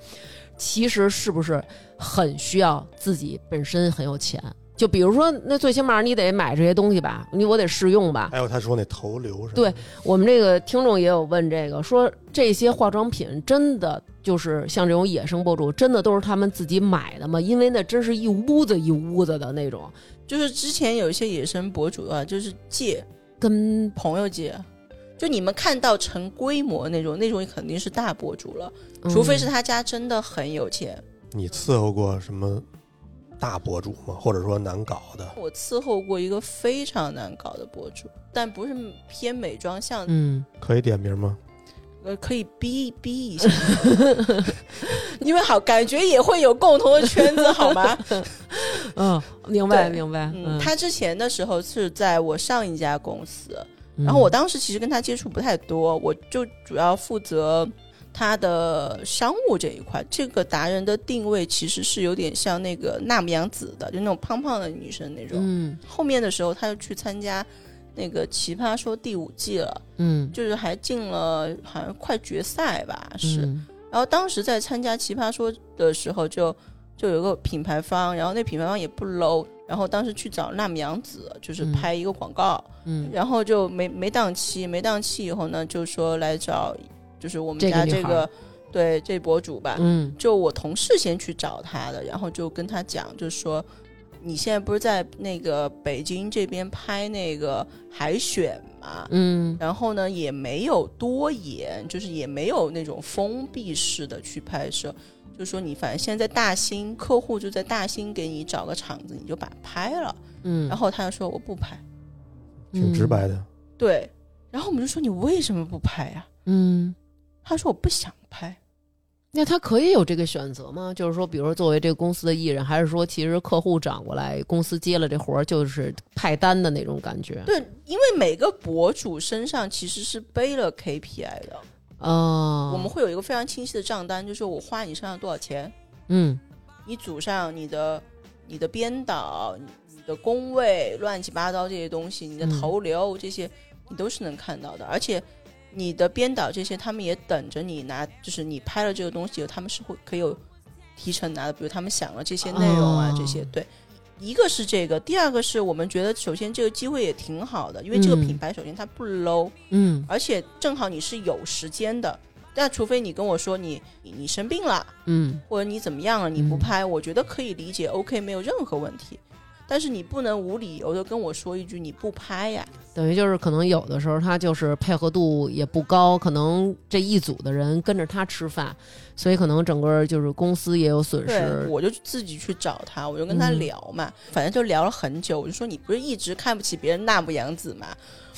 Speaker 1: 其实是不是很需要自己本身很有钱？就比如说，那最起码你得买这些东西吧，你我得试用吧。
Speaker 3: 还有哎他说那头流是吧？
Speaker 1: 对我们这个听众也有问这个，说这些化妆品真的就是像这种野生博主，真的都是他们自己买的吗？因为那真是一屋子一屋子的那种，
Speaker 2: 就是之前有一些野生博主啊，就是借
Speaker 1: 跟
Speaker 2: 朋友借，就你们看到成规模那种，那种肯定是大博主了，
Speaker 1: 嗯
Speaker 2: 除非是他家真的很有钱。
Speaker 3: 你伺候过什么大博主吗？或者说难搞的？
Speaker 2: 我伺候过一个非常难搞的博主，但不是偏美妆向，
Speaker 1: 嗯，
Speaker 3: 可以点名吗？
Speaker 2: 呃，可以逼逼一下， 因为好感觉也会有共同的圈子，好吗？
Speaker 1: 嗯嗯，明白
Speaker 2: 对
Speaker 1: 明白，
Speaker 2: 嗯，他之前的时候是在我上一家公司，
Speaker 1: 嗯
Speaker 2: 然后我当时其实跟他接触不太多，我就主要负责他的商务这一块。这个达人的定位其实是有点像那个纳姆杨子的，就那种胖胖的女生那种。
Speaker 1: 嗯
Speaker 2: 后面的时候，他就去参加那个《奇葩说》第五季了，
Speaker 1: 嗯
Speaker 2: 就是还进了好像快决赛吧，是。
Speaker 1: 嗯
Speaker 2: 然后当时在参加《奇葩说》的时候就，就有一个品牌方，然后那品牌方也不 low，然后当时去找纳米杨子，就是
Speaker 1: 嗯
Speaker 2: 拍一个广告，
Speaker 1: 嗯
Speaker 2: 然后就没没档期，没档期以后呢，就说来找，就是我们
Speaker 1: 这个
Speaker 2: 家
Speaker 1: 女
Speaker 2: 这
Speaker 1: 孩
Speaker 2: 个对这博主吧，
Speaker 1: 嗯
Speaker 2: 就我同事先去找他的，然后就跟他讲，就说你现在不是在那个北京这边拍那个海选嘛，
Speaker 1: 嗯
Speaker 2: 然后呢也没有多严，就是也没有那种封闭式的去拍摄，就说你反正现在在大兴，客户就在大兴给你找个场子，你就把它拍了。
Speaker 1: 嗯，
Speaker 2: 然后他就说我不拍，嗯
Speaker 3: 挺直白的。
Speaker 2: 对，然后我们就说你为什么不拍呀、
Speaker 1: 嗯。嗯
Speaker 2: 他说我不想拍。
Speaker 1: 那他可以有这个选择吗？就是说，比如说作为这个公司的艺人，还是说其实客户转过来，公司接了这活儿就是派单的那种感觉？
Speaker 2: 对，因为每个博主身上其实是背了 KPI 的。
Speaker 1: 哦，
Speaker 2: 我们会有一个非常清晰的账单，就是我花你身上多少钱，
Speaker 1: 嗯
Speaker 2: 你组上你的、你的编导、你的工位、乱七八糟这些东西，你的
Speaker 1: 嗯
Speaker 2: 头流这些，你都是能看到的。而且你的编导这些，他们也等着你拿，就是你拍了这个东西以后，他们是会可以有提成拿的，比如他们想了这些内容啊，
Speaker 1: 哦
Speaker 2: 这些对。一个是这个，第二个是我们觉得，首先这个机会也挺好的，因为这个
Speaker 1: 嗯
Speaker 2: 品牌首先它不 low，、
Speaker 1: 嗯
Speaker 2: 而且正好你是有时间的。那除非你跟我说你你你生病了，
Speaker 1: 嗯
Speaker 2: 或者你怎么样了，你不
Speaker 1: 嗯
Speaker 2: 拍，我觉得可以理解，OK，没有任何问题。但是你不能无理由的跟我说一句你不拍呀，
Speaker 1: 等于就是可能有的时候他就是配合度也不高，可能这一组的人跟着他吃饭，所以可能整个就是公司也有损
Speaker 2: 对，
Speaker 1: 失。
Speaker 2: 我就自己去找他，我就跟他
Speaker 1: 嗯
Speaker 2: 聊嘛，反正就聊了很久。我就说你不是一直看不起别人纳木杨子嘛，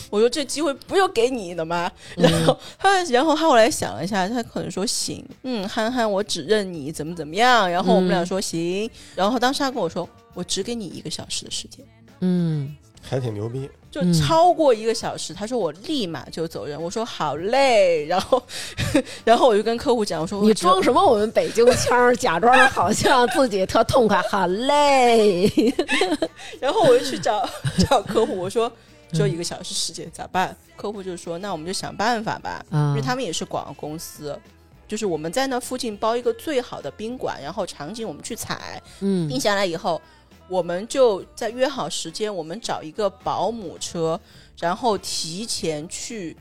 Speaker 2: 我说这机会不就给你的吗？
Speaker 1: 嗯
Speaker 2: 然后他，然后他后来想了一下，他可能说行，嗯，憨憨，我只认你怎么怎么样。然后我们俩
Speaker 1: 嗯
Speaker 2: 说行，然后当时他跟我说，我只给你一个小时的时间，
Speaker 1: 嗯
Speaker 3: 还挺牛逼，
Speaker 2: 就
Speaker 1: 嗯
Speaker 2: 超过一个小时，他说我立马就走人。我说好嘞，然后， 然后我就跟客户讲，我说
Speaker 1: 你装
Speaker 2: 么？
Speaker 1: 什么我们北京腔儿？假装好像自己特痛快，好嘞。
Speaker 2: 然后我就去找找客户，我说
Speaker 1: 嗯
Speaker 2: 只有一个小时时间咋办？客户就说那我们就想办法吧，
Speaker 1: 啊
Speaker 2: 因为他们也是广告公司。就是我们在那附近包一个最好的宾馆，然后场景我们去采，
Speaker 1: 嗯
Speaker 2: 定下来以后，我们就在约好时间，我们找一个保姆车，然后提前去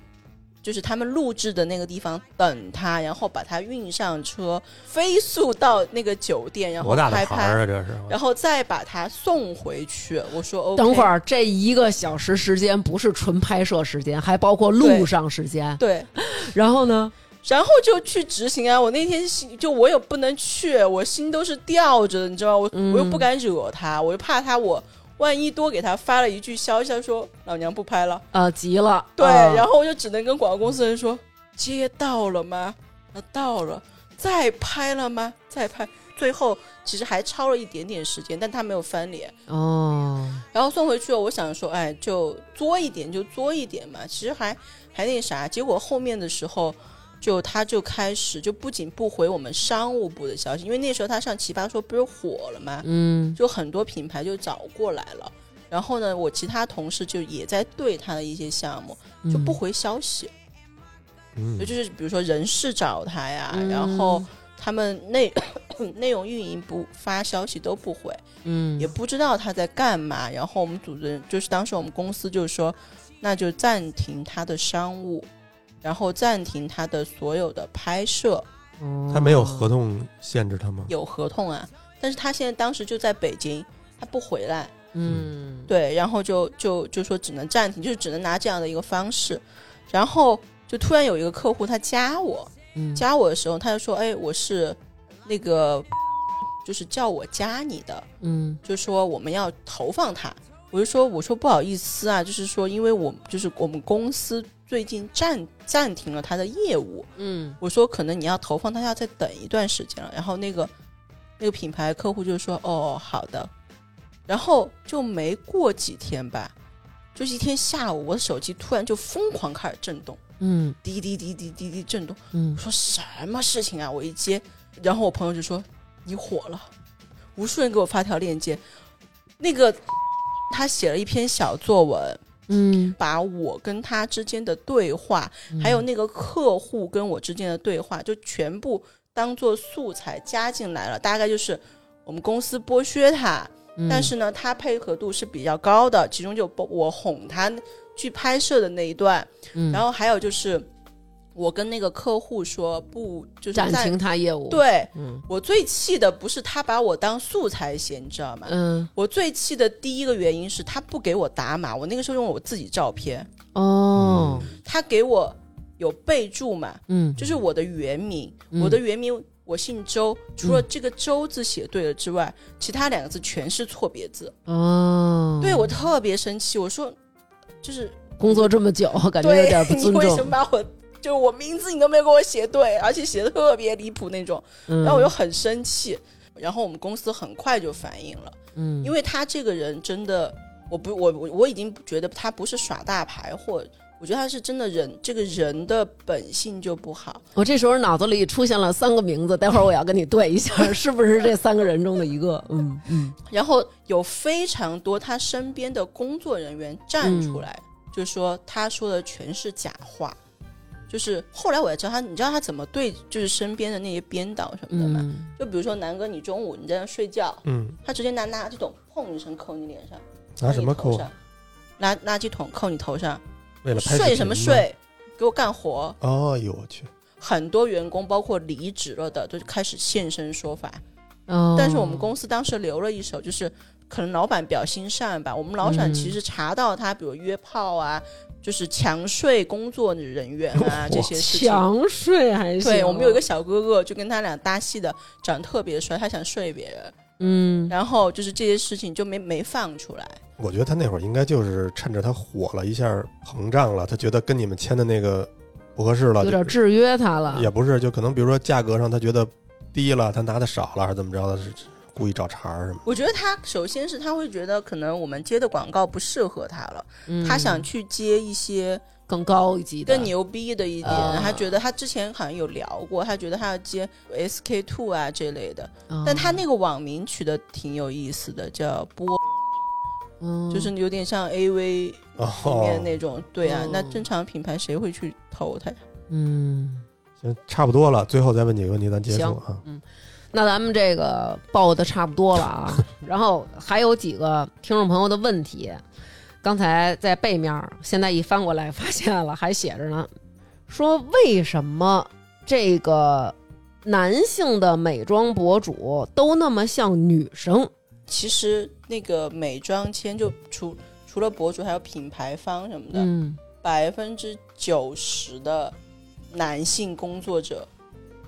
Speaker 2: 就是他们录制的那个地方等他，然后把他运上车，飞速到那个酒店，然后
Speaker 3: 多大的
Speaker 2: 拍
Speaker 3: 牌儿
Speaker 2: 拍，
Speaker 3: 啊，这是。
Speaker 2: 然后再把他送回去。我说 OK，
Speaker 1: 等会儿这一个小时时间不是纯拍摄时间，还包括路上时间。
Speaker 2: 对，
Speaker 1: 然后呢，
Speaker 2: 然后就去执行啊！我那天心就我也不能去，我心都是吊着的，你知道吗？我、
Speaker 1: 嗯
Speaker 2: 我又不敢惹他，我又怕他我。万一多给他发了一句消息，他说老娘不拍了，
Speaker 1: 呃，急了。
Speaker 2: 对，
Speaker 1: 呃
Speaker 2: 然后我就只能跟广告公司人说，接到了吗？啊，到了，再拍了吗？再拍，最后其实还超了一点点时间，但他没有翻脸，
Speaker 1: 哦，
Speaker 2: 然后送回去了。我想说，哎，就作一点就作一点嘛，其实还还那啥。结果后面的时候，就他就开始就不仅不回我们商务部的消息，因为那时候他上奇葩说不是火了吗？
Speaker 1: 嗯
Speaker 2: 就很多品牌就找过来了。然后呢，我其他同事就也在对他的一些项目
Speaker 1: 嗯
Speaker 2: 就不回消息，
Speaker 3: 嗯
Speaker 2: 就，就是比如说人事找他呀，
Speaker 1: 嗯
Speaker 2: 然后他们内 内容运营部发消息都不回。
Speaker 1: 嗯
Speaker 2: 也不知道他在干嘛。然后我们组织人就是当时我们公司就说，那就暂停他的商务，然后暂停他的所有的拍摄，
Speaker 1: 哦
Speaker 3: 他没有合同限制他吗？
Speaker 2: 有合同啊。但是他现在当时就在北京，他不回来，
Speaker 1: 嗯
Speaker 2: 对，然后就就就说只能暂停，就是只能拿这样的一个方式。然后就突然有一个客户他加我，
Speaker 1: 嗯
Speaker 2: 加我的时候他就说，哎，我是那个，就是叫我加你的。
Speaker 1: 嗯
Speaker 2: 就说我们要投放它。我就说，我说不好意思啊，就是说，因为我就是我们公司最近暂暂停了他的业务，
Speaker 1: 嗯
Speaker 2: 我说可能你要投放它要再等一段时间了。然后那个那个品牌客户就说，哦，好的。然后就没过几天吧，就是一天下午，我的手机突然就疯狂开始震动，
Speaker 1: 嗯
Speaker 2: 滴滴滴滴滴滴震动。
Speaker 1: 嗯
Speaker 2: 我，说什么事情啊？我一接，然后我朋友就说你火了，无数人给我发条链接，那个 他写了一篇小作文，
Speaker 1: 嗯，
Speaker 2: 把我跟他之间的对话，还有那个客户跟我之间的对话，就全部当做素材加进来了。大概就是我们公司剥削他，
Speaker 1: 嗯，
Speaker 2: 但是呢，他配合度是比较高的，其中就包我哄他去拍摄的那一段，
Speaker 1: 嗯
Speaker 2: 然后还有就是我跟那个客户说不就是
Speaker 1: 暂
Speaker 2: 暂
Speaker 1: 停他业务，，
Speaker 2: 对
Speaker 1: 嗯
Speaker 2: 我最气的不是他把我当素材写，你知道吗？
Speaker 1: 嗯
Speaker 2: 我最气的第一个原因是他不给我打码，我那个时候用我自己照片，
Speaker 1: 哦，
Speaker 2: 他给我有备注嘛，
Speaker 1: 嗯
Speaker 2: 就是我的原名，
Speaker 1: 嗯
Speaker 2: 我的原名我姓周，除了这个“周”字写对了之外，其他两个字全是错别字。
Speaker 1: 哦，
Speaker 2: 对我特别生气，我说就是
Speaker 1: 工作这么久，感觉
Speaker 2: 对
Speaker 1: 有点不尊
Speaker 2: 你为什么
Speaker 1: 重，
Speaker 2: 把我就是我名字你都没有给我写对，而且写的特别离谱那种，
Speaker 1: 嗯
Speaker 2: 然后我就很生气，然后我们公司很快就反应了，
Speaker 1: 嗯，
Speaker 2: 因为他这个人真的，我不我我我已经觉得他不是耍大牌或。我觉得他是真的人，这个人的本性就不好。
Speaker 1: 我这时候脑子里出现了三个名字，待会儿我要跟你对一 下，是不是这三个人中的一个？嗯嗯
Speaker 2: 然后有非常多他身边的工作人员站出来，就说他说的全是假话。就是后来我才知道他，你知道他怎么对，就是身边的那些编导什么的吗？
Speaker 1: 嗯，
Speaker 2: 就比如说南哥，你中午你在那睡觉，
Speaker 3: 嗯，
Speaker 2: 他直接拿垃圾桶砰一声扣你脸上，
Speaker 3: 拿什么
Speaker 2: 扣你
Speaker 3: 扣
Speaker 2: 头？上？拿垃圾桶扣你头上，
Speaker 3: 为了拍视频
Speaker 2: 睡什么
Speaker 3: 吗？
Speaker 2: 睡？给我干活！
Speaker 3: 哦，哎呦我去！
Speaker 2: 很多员工包括离职了的，就开始现身说法。
Speaker 1: 哦
Speaker 2: 但是我们公司当时留了一手，就是可能老板比较心善吧，我们老板
Speaker 1: 嗯
Speaker 2: 其实查到他，比如约炮啊，就是强睡工作人员啊这些事情。
Speaker 1: 强睡还行，
Speaker 2: 对我们有一个，小哥哥，就跟他俩搭戏的，长得特别帅，他想睡别人，
Speaker 1: 嗯
Speaker 2: 然后就是这些事情就没没放出来。
Speaker 3: 我觉得他那会儿应该就是趁着他火了一下，膨胀了，他觉得跟你们签的那个不合适了，
Speaker 1: 有点制约他了，
Speaker 3: 也不是，就可能比如说价格上他觉得低了，他拿的少了，还是怎么着的，是故意找茬儿什么？
Speaker 2: 我觉得他首先是他会觉得可能我们接的广告不适合他了，
Speaker 1: 嗯
Speaker 2: 他想去接一些
Speaker 1: 更高一级的，
Speaker 2: 更牛逼的一点。
Speaker 1: 啊
Speaker 2: 他觉得他之前好像有聊过，他觉得他要接 SK two 啊这类的，
Speaker 1: 嗯，
Speaker 2: 但他那个网名取的挺有意思的，叫波，
Speaker 1: 嗯
Speaker 2: 就是有点像 AV 里面
Speaker 3: 哦，
Speaker 2: 那种。对啊
Speaker 1: 嗯，
Speaker 2: 那正常品牌谁会去投他？
Speaker 1: 嗯。
Speaker 3: 行，差不多了。最后再问几个问题，咱结束啊。
Speaker 2: 嗯
Speaker 1: 那咱们这个报的差不多了 啊，然后还有几个听众朋友的问 题，刚才在背面儿，现在一翻过来发现了，还写着呢。说为什么这个男性的美妆博主都那么像女生？
Speaker 2: 其实那个美妆签就除除了博主，还有品牌方什么的，
Speaker 1: 嗯
Speaker 2: 百分之九十的男性工作者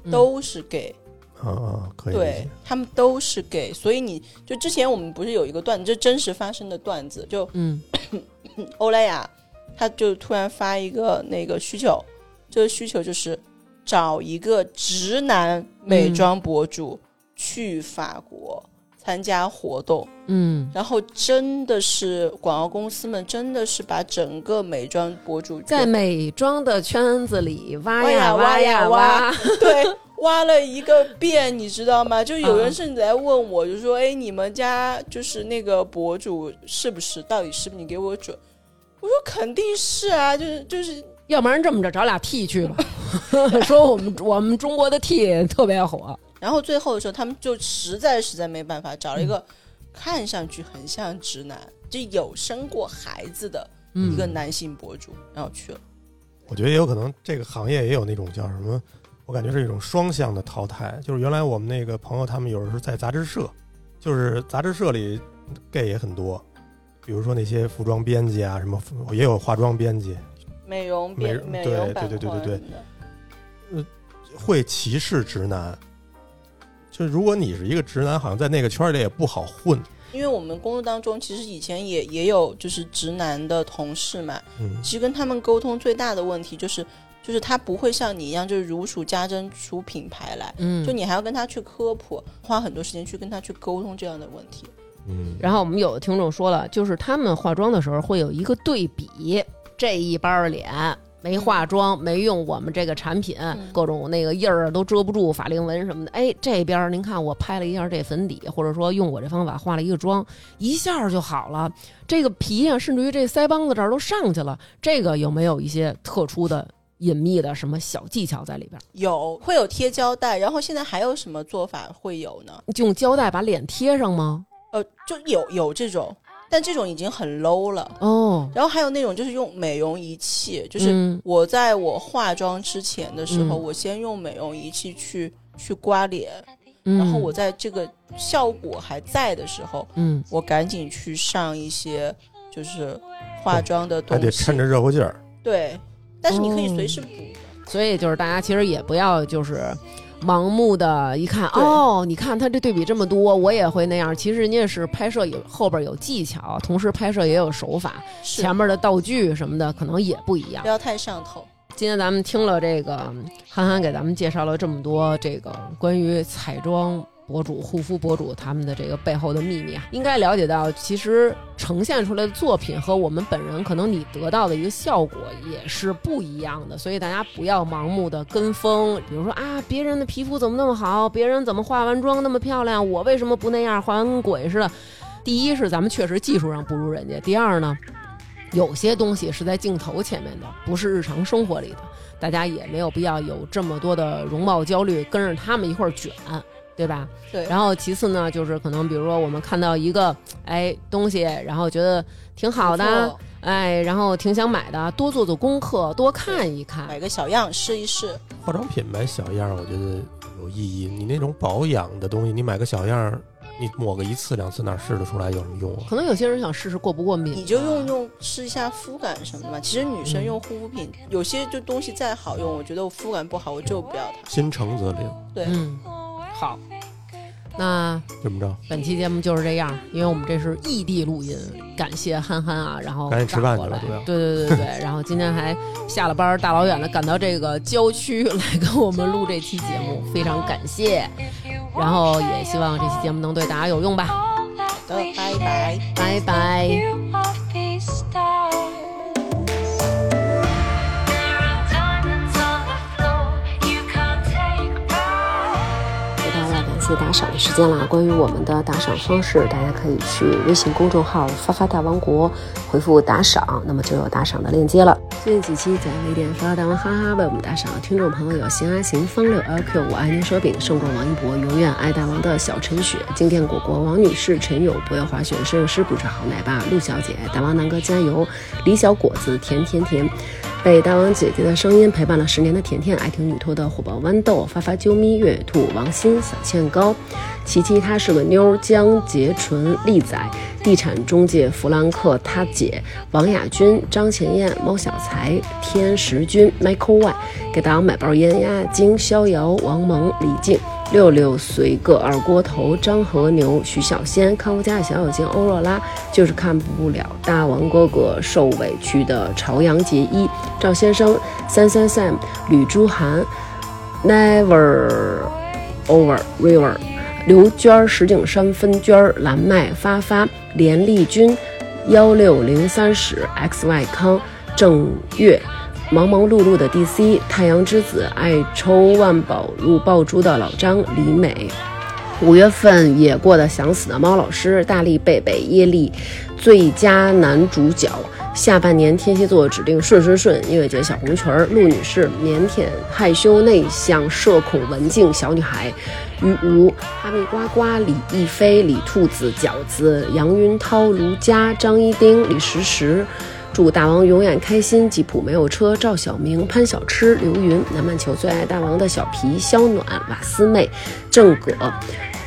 Speaker 1: 嗯
Speaker 2: 都是 gay，、
Speaker 3: 啊啊，可以理
Speaker 2: 对
Speaker 3: 解。
Speaker 2: 他们都是 gay，所以你就之前我们不是有一个段子，这真实发生的段子，就
Speaker 1: 嗯
Speaker 2: 欧莱雅，他就突然发一个那个需求，这个需求就是找一个直男美妆博主
Speaker 1: 嗯
Speaker 2: 去法国参加活动，
Speaker 1: 嗯，
Speaker 2: 然后真的是广告公司们真的是把整个美妆博主
Speaker 1: 在
Speaker 2: 圈
Speaker 1: 美妆的圈子里挖
Speaker 2: 挖
Speaker 1: 呀
Speaker 2: 呀
Speaker 1: 挖
Speaker 2: 挖呀
Speaker 1: 挖，
Speaker 2: 对。挖了一个遍，你知道吗？就
Speaker 1: 嗯
Speaker 2: 有人甚至来问我，就说：“哎，你们家就是那个博主是不是？到底是不是？你给我准。”我说：“肯定是啊，就是就是
Speaker 1: 要不然这么着，找俩 T 去吧。 说我们我们中国的 T 特别火，
Speaker 2: 然后最后的时候，他们就实在实在没办法，找了一个
Speaker 3: 嗯
Speaker 2: 看上去很像直男，就有生过孩子的一个男性博主，然后去了。
Speaker 3: 我觉得也有可能这个行业也有那种叫什么，我感觉是一种双向的淘汰。就是原来我们那个朋友他们有时候在杂志社，就是杂志社里 gay 也很多，比如说那些服装编辑啊，什么也有化妆编辑，
Speaker 2: 美容
Speaker 3: 美
Speaker 2: 变
Speaker 3: 容
Speaker 2: 美
Speaker 3: 对
Speaker 2: 容
Speaker 3: 对
Speaker 2: 版
Speaker 3: 对对
Speaker 2: 画
Speaker 3: 对
Speaker 2: 什么的
Speaker 3: 会歧视直男。就如果你是一个直男，好像在那个圈儿里也不好混。
Speaker 2: 因为我们工作当中，其实以前也也有就是直男的同事嘛，
Speaker 3: 嗯，
Speaker 2: 其实跟他们沟通最大的问题就是，就是他不会像你一样，就是如数家珍出品牌来，
Speaker 1: 嗯
Speaker 2: 就你还要跟他去科普，花很多时间去跟他去沟通这样的问题。
Speaker 3: 嗯，
Speaker 1: 然后我们有的听众说了，就是他们化妆的时候会有一个对比，这一班儿脸没化妆，没用我们这个产品，
Speaker 2: 嗯
Speaker 1: 各种那个印儿都遮不住，法令纹什么的。哎，这边儿您看我拍了一下这粉底，或者说用我这方法化了一个妆，一下儿就好了。这个皮啊，甚至于这腮帮子这儿都上去了。这个有没有一些特殊的？隐秘的什么小技巧在里边儿？
Speaker 2: 有会有贴胶带，然后现在还有什么做法会有呢？
Speaker 1: 用胶带把脸贴上吗？
Speaker 2: 呃，就有有这种，但这种已经很 low 了。
Speaker 1: 哦，
Speaker 2: 然后还有那种就是用美容仪器，就是
Speaker 1: 嗯
Speaker 2: 我在我化妆之前的时候，
Speaker 1: 嗯
Speaker 2: 我先用美容仪器去去刮脸，
Speaker 1: 嗯
Speaker 2: 然后我在这个效果还在的时候，
Speaker 1: 嗯
Speaker 2: 我赶紧去上一些就是化妆的
Speaker 3: 还
Speaker 2: 东
Speaker 3: 得
Speaker 2: 西，
Speaker 3: 趁着热乎劲儿。
Speaker 2: 对，但是你可以
Speaker 1: 哦
Speaker 2: 随时补。
Speaker 1: 所以就是大家其实也不要就是盲目的一看
Speaker 2: 对
Speaker 1: 哦，你看他这对比这么多，我也会那样。其实人家是拍摄有后边有技巧，同时拍摄也有手法，
Speaker 2: 是
Speaker 1: 前面的道具什么的可能也不一样
Speaker 2: 不。要太上头。
Speaker 1: 今天咱们听了这个憨憨给咱们介绍了这么多这个关于彩妆博主、护肤博主他们的这个背后的秘密啊，应该了解到，其实呈现出来的作品和我们本人可能你得到的一个效果也是不一样的，所以大家不要盲目的跟风，比如说啊，别人的皮肤怎么那么好，别人怎么化完妆那么漂亮，我为什么不那样，化完跟鬼似的。第一是咱们确实技术上不如人家，第二呢，有些东西是在镜头前面的，不是日常生活里的，大家也没有必要有这么多的容貌焦虑，跟着他们一块儿卷，对吧？
Speaker 2: 对，
Speaker 1: 然后其次呢，就是可能比如说我们看到一个哎东西，然后觉得挺好的，哎，然后挺想买的，多做做功课，多看一看
Speaker 2: 买。个小样试一试。
Speaker 3: 化妆品买小样儿，我觉得有意义。你那种保养的东西，你买个小样儿，你抹个一次两次，哪试得出来有什么用啊？
Speaker 1: 可能有些人想试试过不过敏，
Speaker 2: 你就用用试一下肤感什么的嘛。其实女
Speaker 1: 嗯
Speaker 2: 生用护肤品，有些就东西再好用，我觉得我肤感不好，我就不要它。
Speaker 3: 心诚则灵，
Speaker 2: 对，
Speaker 1: 嗯，好。那
Speaker 3: 这么着，
Speaker 1: 本期节目就是这样，因为我们这是异地录音，感谢憨憨啊，然后
Speaker 3: 赶紧吃
Speaker 1: 赶
Speaker 3: 饭去
Speaker 1: 过
Speaker 3: 了
Speaker 1: 来
Speaker 3: 对啊
Speaker 1: 对对对对， 然后今天还下了班儿，大老远的赶到这个郊区来跟我们录这期节目，非常感谢。然后也希望这期节目能对大家有用吧，
Speaker 2: 好的，拜拜。
Speaker 1: 拜拜。
Speaker 5: You of these stars. There are diamonds on the floor. You can't take back.
Speaker 6: 给大家感谢打赏的时间啦！关于我们的打赏方式，大家可以去微信公众号“发发大王国”回复“打赏”，那么就有打赏的链接了。
Speaker 1: 最近几期在微店发大王哈哈为我们打赏的听众朋友有行啊行、方六 LQ、我爱您手柄、胜壮王一博、永远爱大王的小陈雪、静电果果、王女士、陈友、不要滑雪摄影师不是好奶爸、陆小姐、大王南哥加油、李小果子、甜甜甜。被大王姐姐的声音陪伴了十年的甜甜，爱听女托的火爆豌豆、发发啾咪、月兔、王鑫、小倩高、琪琪，她是个妞儿，江洁纯、丽仔、地产中介弗兰克、他姐、王雅君、张前燕、猫小才、天石君、Michael Y，给大王买包烟呀，金逍遥、王蒙、李静。六六随个二锅头，张和牛、徐小仙、康夫家的小小金、欧若拉，就是看不了大王哥哥受委屈的朝阳结衣、赵先生、三三 Sam、吕朱涵、Never Over River、刘娟儿、石景山、分娟儿、蓝麦、发发、连丽君、幺六零三室、XY 康、郑月。忙忙碌碌的 DC、太阳之子、爱抽万宝路爆珠的老张、李美。五月份也过得想死的猫老师、大力贝贝、耶利，最佳男主角。下半年天蝎座指定顺顺顺，音乐节小红裙儿，陆女士，腼腆害羞内向社恐文静小女孩，于无哈密瓜瓜、李亦菲、李兔子、饺子、杨云涛、卢佳、张一丁、李时时。祝大王永远开心！吉普没有车，赵小明、潘小吃、刘云、南半球最爱大王的小皮、肖暖、瓦斯妹、郑葛、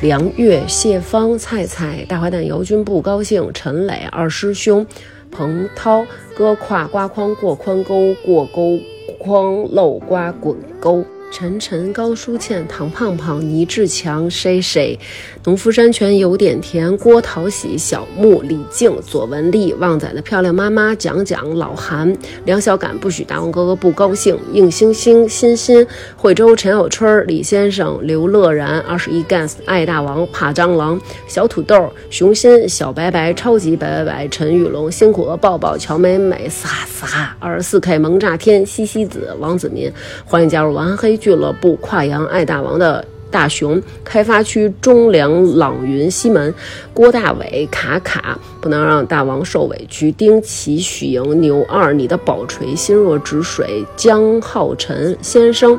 Speaker 1: 梁月、谢芳、菜菜、大坏蛋姚军不高兴、陈磊、二师兄、彭涛、哥胯刮筐过宽沟过沟筐漏瓜滚沟。晨晨、高书倩、唐胖胖、倪志强、谁谁、农夫山泉有点甜、郭桃喜、小木、李静、左文丽、旺仔的漂亮妈妈、蒋蒋、老韩、梁小感不许大王哥哥不高兴、应星星、欣欣、惠州陈小春、李先生、刘乐然、二十一 Gans、爱大王、怕蟑螂、小土豆、熊心、小白白、超级白白白、陈宇龙、辛苦的抱抱、乔美美、嘶哈嘶哈、二十四 K 萌炸天、西西子、王子民，欢迎加入玩黑俱乐部跨洋爱大王的大熊开发区中粮朗云西门郭大伟卡卡不能让大王受委屈丁奇许莹牛二你的宝锤心若止水江浩辰先生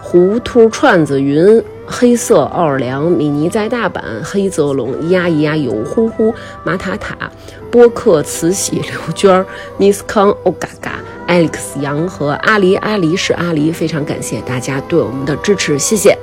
Speaker 1: 糊涂串子云黑色奥尔良米妮在大阪黑泽龙咿呀咿呀油呼呼马塔塔播客慈禧刘娟儿 Miss 康欧嘎嘎 Alex 杨和阿狸阿狸是阿狸，非常感谢大家对我们的支持，谢谢。